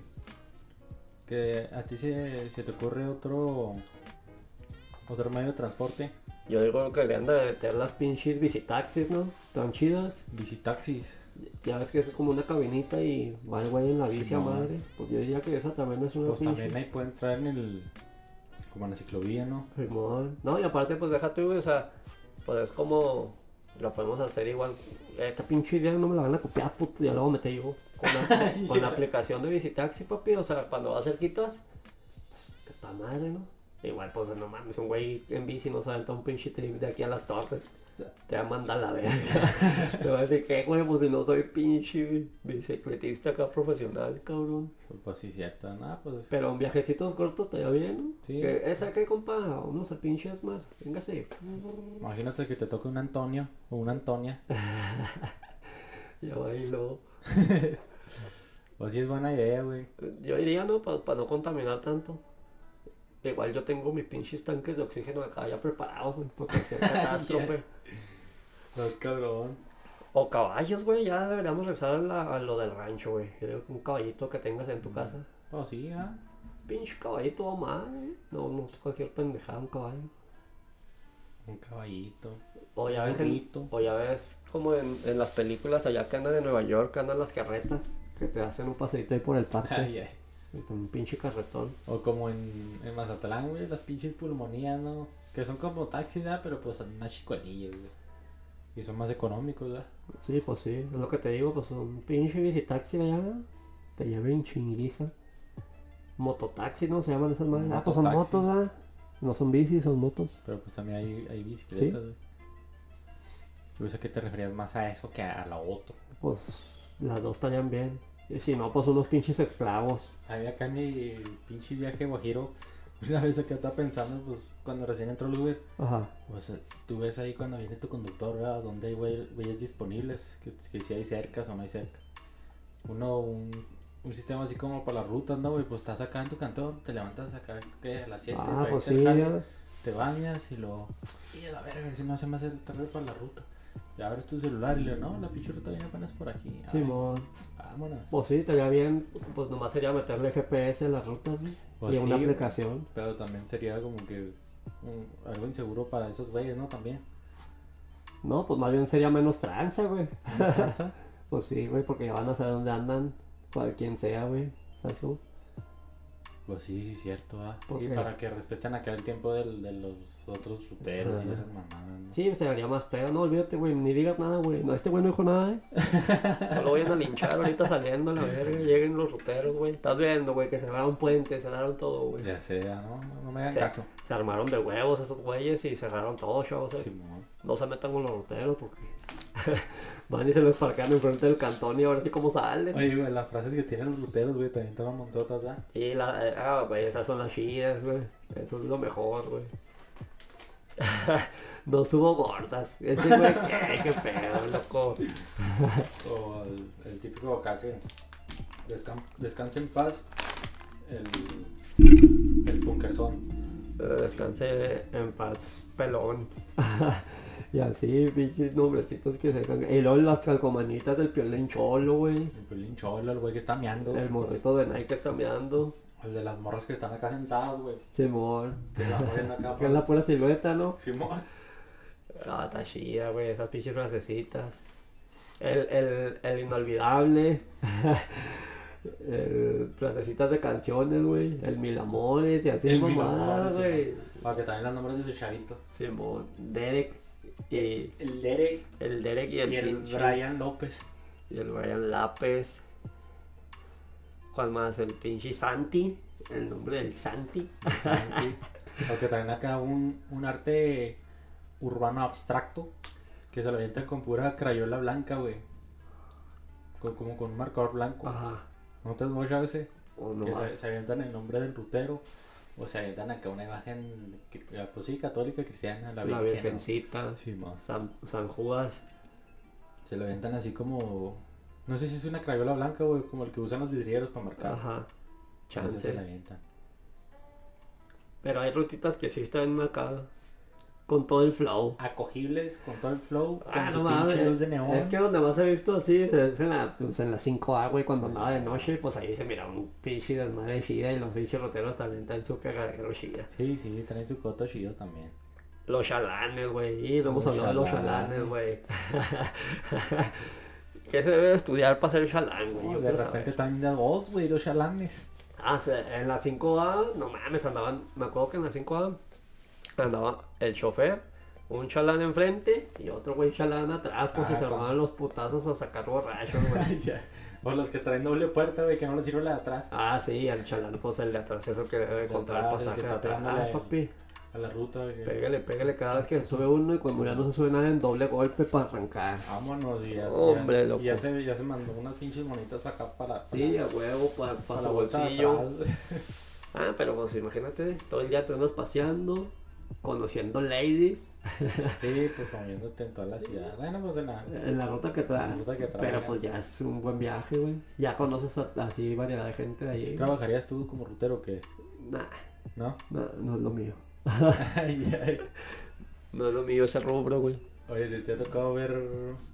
B: Que a ti se, se te ocurre otro. Otro medio de transporte.
A: Yo digo que le han de meter las pinches visitaxis, ¿no? Tan chidas.
B: Visitaxis.
A: Ya ves que es como una cabinita y va el güey en la bici a
B: Simón.
A: madre. Pues yo diría que esa también es una
B: Pues
A: pinche-
B: también ahí puede entrar en el. Como en la ciclovía, ¿no?
A: Simón. No, y aparte pues déjate, güey, o sea, pues es como lo podemos hacer igual. Esta pinche idea no me la van a copiar, puto, ya la voy a meter yo. Con la, con la aplicación de Visitaxi, papi, o sea, cuando vas cerquitas, pues, está madre, ¿no? Igual, pues no mames, un güey en bici no se aventa un pinche trip de aquí a las torres. Te va a mandar a la verga. Te va a decir que, güey, pues si no soy pinche bicicletista acá profesional, cabrón.
B: Pues sí, cierto. Nada, pues.
A: Pero en viajecitos cortos te va bien, ¿no?
B: Sí.
A: Que, ¿Esa qué, compa? Vamos al pinche Asmar. Véngase.
B: Imagínate que te toque un Antonio o una Antonia.
A: Ya bailo.
B: Pues sí, es buena idea, güey.
A: pues, Yo diría, ¿no? Para no contaminar tanto. Igual yo tengo mis pinches tanques de oxígeno acá ya preparados, güey, por cualquier catástrofe.
B: No, cabrón.
A: O caballos, güey, ya deberíamos rezar a, la- a lo del rancho, güey. Yo digo que un caballito que tengas en tu casa.
B: Pues sí, ah.
A: Pinche caballito, va mal, güey. No, no es cualquier pendejada un caballo.
B: Un caballito.
A: O ya ves, en-
B: burrito.
A: o ya ves como en, en las películas allá que andan en Nueva York, que andan las carretas, que te hacen un paseito ahí por el parque,
B: Ay, ay.
A: con un pinche carretón.
B: O como en, en Mazatlán, güey, las pinches pulmonías, ¿no? Que son como taxis, ¿verdad? Pero pues son más chicolillos, güey. Y son más económicos, ¿verdad?
A: Sí, pues sí, es lo que te digo, pues un pinche visitaxi allá, te lleva en chinguiza. Mototaxi, ¿no? Se llaman esas madres. Ah, pues son
B: Mototaxi.
A: motos, ¿verdad? No son bicis, son motos.
B: Pero pues también hay, hay bicicletas, güey. Yo sé que te referías más a eso que a, lo otro.
A: Pues las dos tallan bien. Y si no, pues unos pinches esclavos.
B: Había acá en mi pinche viaje guajiro, una vez acá estaba pensando, pues cuando recién entró el Uber,
A: Ajá.
B: pues eh, tú ves ahí cuando viene tu conductor, ¿verdad? Donde hay güey- güeyes disponibles, que, que si hay cercas o no hay cerca. Uno, un, un sistema así como para las rutas, ¿no, güey? Pues estás acá en tu cantón, te levantas acá ¿qué? a las 7,
A: Ah, pues sí, ya.
B: te bañas y lo... Y a la verga, si no se me hace tarde para la ruta. Y abres tu celular y le no, la pinche ruta viene apenas por aquí. Ay,
A: Simón.
B: vámonos.
A: Pues sí, estaría bien, pues nomás sería meterle GPS en las rutas ¿no?
B: Pues
A: y
B: sí,
A: una
B: güey.
A: aplicación.
B: Pero también sería como que mm, algo inseguro para esos güeyes, ¿no? También.
A: No, pues más bien sería menos tranza, güey.
B: ¿No cansa?
A: Pues sí, güey, porque ya van a saber dónde andan, cual quien sea, güey. ¿Sabes cómo?
B: Pues sí, sí, cierto, ah.
A: ¿Por
B: Y
A: qué?
B: para que respeten acá el tiempo del, de los otros chuteros y
A: Ajá.
B: esas mamadas, ¿no?
A: Sí, se vería más feo, no olvídate, güey, ni digas nada, güey. No, este güey no dijo nada, eh. No lo vayan a linchar ahorita saliendo a la verga, lleguen los ruteros, güey. Estás viendo, güey, que cerraron puentes, cerraron todo, güey.
B: Ya sea, no, no, no me hagan
A: Se,
B: caso.
A: se armaron de huevos esos güeyes y cerraron todo, chavos. eh.
B: Simón.
A: No se metan con los ruteros porque van y se los parcan enfrente del cantón y ahora sí cómo salen.
B: Oye, güey, las frases que tienen los ruteros, güey, también estaban montotas, ¿verdad?
A: Y la, eh, ah, güey, esas son las chidas, güey. Eso es lo mejor, güey. no subo gordas. Ese güey, qué, qué pedo, loco.
B: O el, el típico acá que descan- descansa en paz el, el punkerzón.
A: Pero descanse en paz, pelón. y así, pinches nombrecitos que se dejan. Y luego las calcomanitas del piolín cholo, güey.
B: El pelín cholo, el güey que está meando.
A: El morrito de Nike está meando.
B: El de las morras que están acá sentadas, güey.
A: Simón.
B: Que la ponen acá.
A: Que es la pura silueta, ¿no?
B: Simón.
A: Ah, está chida, güey, esas pinches frasecitas. El, el, el inolvidable. el frasecitas de canciones, güey. El mil amores y así,
B: El Mil
A: mamadas,
B: Amores,
A: güey.
B: Para que también las nombres de sus chavitos.
A: Simón, Derek y
B: El Derek
A: el Derek y el,
B: y el
A: pinche-
B: Brian López.
A: Y el Brian Lápez. ¿Cuál más? El pinche Santi. El nombre del Santi.
B: Porque traen acá un, un arte urbano abstracto que se lo avientan con pura crayola blanca, güey. Con- como con un marcador blanco.
A: Ajá.
B: ¿No te has mochado ese?
A: O no
B: que
A: más.
B: se, se avientan el nombre del rutero o se avientan acá una imagen, que- pues sí, católica, cristiana,
A: La
B: la, Virgen. ¿no?
A: Virgencita.
B: Sí, ma.
A: San, San Judas.
B: Se lo avientan así como. No sé si es una crayola blanca, güey, como el que usan los vidrieros para marcar.
A: Ajá.
B: No sé si se la
A: Chance.
B: avientan.
A: Pero hay rutitas que sí están acá. Con todo el flow.
B: Acogibles con todo el flow, con
A: Ah,
B: su
A: no
B: pinche
A: mames.
B: luz de neón.
A: Es que donde más he visto así es en la, pues, en la 5A, güey, cuando andaba de noche, pues ahí se mira un pinche desmadre chida y los pinches roteros también están su cagadero chida.
B: Sí, sí, traen su coto chido también.
A: Los chalanes, güey. Y no hemos
B: Los
A: hablado de los chalanes,
B: chalanes.
A: güey. ¿Qué se debe de estudiar para ser chalán, güey? Yo
B: de
A: quiero
B: repente
A: saber.
B: también da dos, güey, dos chalanes.
A: Ah, se- en la 5A, no mames, andaban. Me acuerdo que en la 5A andaba el chofer, un chalán enfrente y otro güey chalán atrás, pues
B: Ah,
A: si se
B: con-
A: armaban los putazos a sacar borrachos, güey.
B: Ya. o los que traen doble puerta, güey, que no les sirve la de atrás.
A: Ah, sí, el chalán, pues el de atrás es el que debe de controlar el
B: atrás, Ah, el
A: pasaje
B: que
A: de
B: está
A: atrás.
B: pegándole
A: Ah,
B: al-
A: papi,
B: A la ruta, güey.
A: pégale, pégale cada vez que se sube uno y cuando ya no se sube nada en doble golpe para arrancar.
B: Vámonos, y ya,
A: Hombre,
B: ya-
A: loco.
B: ya se, ya se mandó unas pinches monitas para acá, para,
A: Sí, a huevo, para
B: para,
A: su
B: la bolsa de
A: bolsillo.
B: atrás.
A: Ah, pero pues imagínate, todo el día te andas paseando, conociendo ladies,
B: Sí, pues moviéndote en toda la ciudad. Bueno, pues en la...
A: en Eh, la ruta que traes.
B: La ruta que traes.
A: Pero pues ya es un buen viaje, güey. Ya conoces a- así variedad de gente de ahí.
B: ¿Trabajarías tú como rutero o qué?
A: Nah,
B: ¿No?
A: nah, no es lo mío.
B: Ay, ay.
A: No es lo mío ese rubro, güey.
B: Oye, ¿te, te ha tocado ver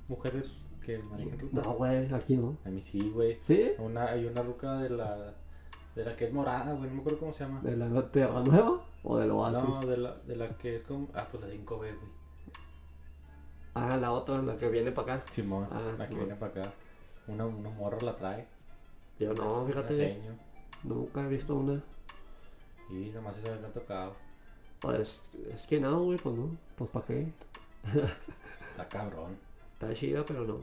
B: mujeres que manejan ruta?
A: No, güey, aquí no.
B: A mí sí, güey.
A: ¿Sí?
B: Una, hay una ruca de la, de la que es morada, güey, no me acuerdo cómo se llama.
A: ¿De la Tierra Nueva o del Oasis?
B: No, de la, de la que es como... Ah, pues la 5B, güey.
A: Ah, la otra, la que viene para acá.
B: Simón,
A: Ah,
B: la que
A: Simón.
B: viene para acá. Una, unos morros la trae.
A: Yo no,
B: Una
A: fíjate,
B: seño.
A: nunca he visto una.
B: Y nomás esa vez me ha tocado.
A: Pues es que no, güey, pues no. Pues para qué.
B: Está cabrón.
A: Está chida, pero no.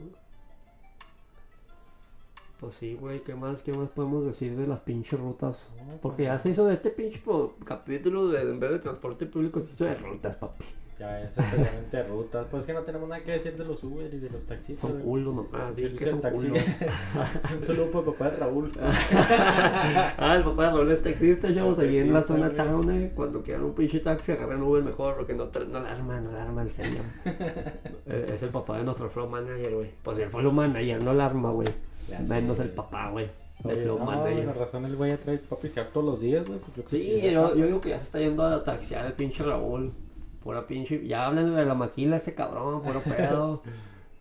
A: Pues sí, güey, ¿qué más, ¿qué más podemos decir de las pinches rutas? Porque
B: pues
A: ya se hizo de este pinche po- capítulo de en vez de transporte público, se hizo de rutas, papi.
B: Ya es especialmente rutas. Pues que no tenemos nada que decir de los Uber y de los taxistas.
A: Son
B: güey.
A: culos nomás, dije Ah, que son
B: Taxi.
A: culos.
B: Un saludo para papá de Raúl.
A: Ah, el papá de Raúl es taxista, chavos, ahí en la zona
B: Taxista,
A: town, eh, cuando quieran un pinche taxi, agarren Uber mejor, porque no, tra- no la arma, no la arma el señor. Eh, es el papá de nuestro flow manager, güey. Pues el flow manager no la arma, güey.
B: Ya
A: Menos
B: sé,
A: el
B: güey.
A: papá, güey. El
B: Oye,
A: flow
B: no,
A: manager.
B: con razón el güey ya trae para pistear todos los días, güey. pues yo
A: Sí,
B: quisiera.
A: yo, yo digo que ya se está yendo a taxiar el pinche Raúl. Pura pinche. Ya hablan de la maquila ese cabrón, puro pedo.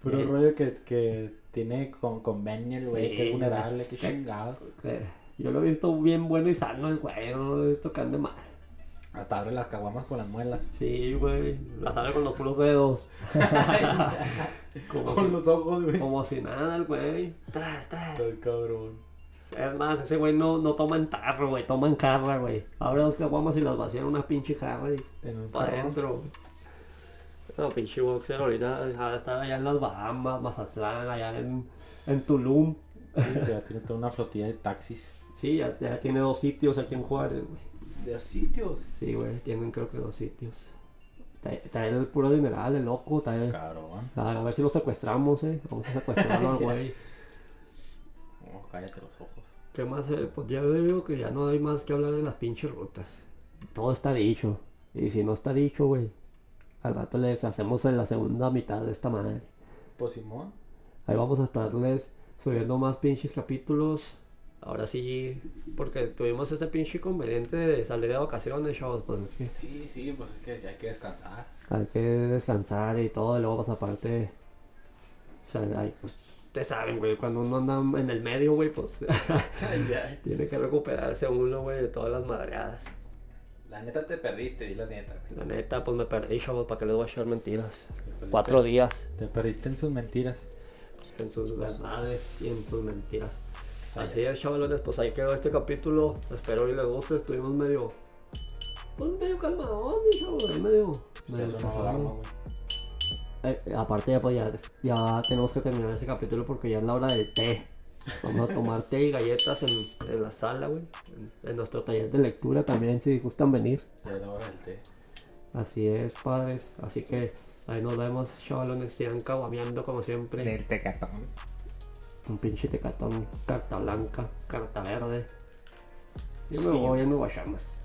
B: Puro
A: Sí.
B: rollo que, que tiene con convenio el güey,
A: eh. Sí,
B: que es vulnerable, que
A: güey.
B: chingado.
A: Que Yo lo he visto bien bueno y sano el güey, no lo he visto que ande mal.
B: Hasta abre las caguamas con las muelas.
A: Sí, güey, la sale con los puros dedos. como, si,
B: los ojos, güey.
A: como si nada el güey. Tras, tras.
B: Ay, cabrón.
A: Es más, ese güey no, no toma en tarro, güey, toma en carra, güey. Abre dos caguamas y las vacía en una pinche jarra y
B: En un
A: para
B: carro.
A: adentro, güey. No, pinche boxer ahorita ahora está allá en las Bahamas, Mazatlán, allá en, en Tulum.
B: Sí, ya tiene toda una flotilla de taxis.
A: Sí, ya, ya tiene dos sitios aquí en Juárez, güey.
B: De sitios.
A: Sí, güey, tienen creo que dos sitios. Trae trae el puro dineral, el loco, trae...
B: Cabrón.
A: A ver si lo secuestramos, eh. Vamos a secuestrarlo al güey.
B: Oh, cállate los ojos.
A: ¿Qué más? eh? Pues ya digo que ya no hay más que hablar de las pinches rutas. Todo está dicho. Y si no está dicho, güey, al rato les hacemos en la segunda mitad de esta madre.
B: Pues Simón.
A: Ahí vamos a estarles subiendo más pinches capítulos. Ahora sí, porque tuvimos este pinche inconveniente de salir de vacaciones, chavos. Pues es que
B: Sí, sí, pues es que hay que descansar.
A: hay que descansar y todo. Y luego, pues aparte, o sea, ay, pues, ustedes saben, güey, cuando uno anda en el medio, güey, pues tiene que recuperarse uno, güey, de todas las madreadas.
B: La neta te perdiste, di la neta.
A: La neta, pues me perdí, chavos, para que les voy a echar mentiras. Cuatro días
B: Te perdiste en sus mentiras.
A: en sus verdades y en sus mentiras. Así es, chavalones, pues ahí quedó este capítulo. Espero y les guste. Estuvimos medio. Pues medio calmadón, chavos, ahí medio. medio
B: Eso no
A: pasando.
B: alarma, güey.
A: Eh, aparte, ya, pues ya, ya tenemos que terminar ese capítulo porque ya es la hora del té. Vamos a tomar té y galletas en, en la sala, güey. En, en nuestro taller de lectura también, si gustan venir.
B: Ya era hora del té.
A: Así es, padres. Así que ahí nos vemos, chavalones. Sigan caguameando como siempre.
C: Del tecatón.
A: Un pinche tecatón, carta blanca, carta verde. Yo me
C: Sí.
A: voy a Nueva Llamas.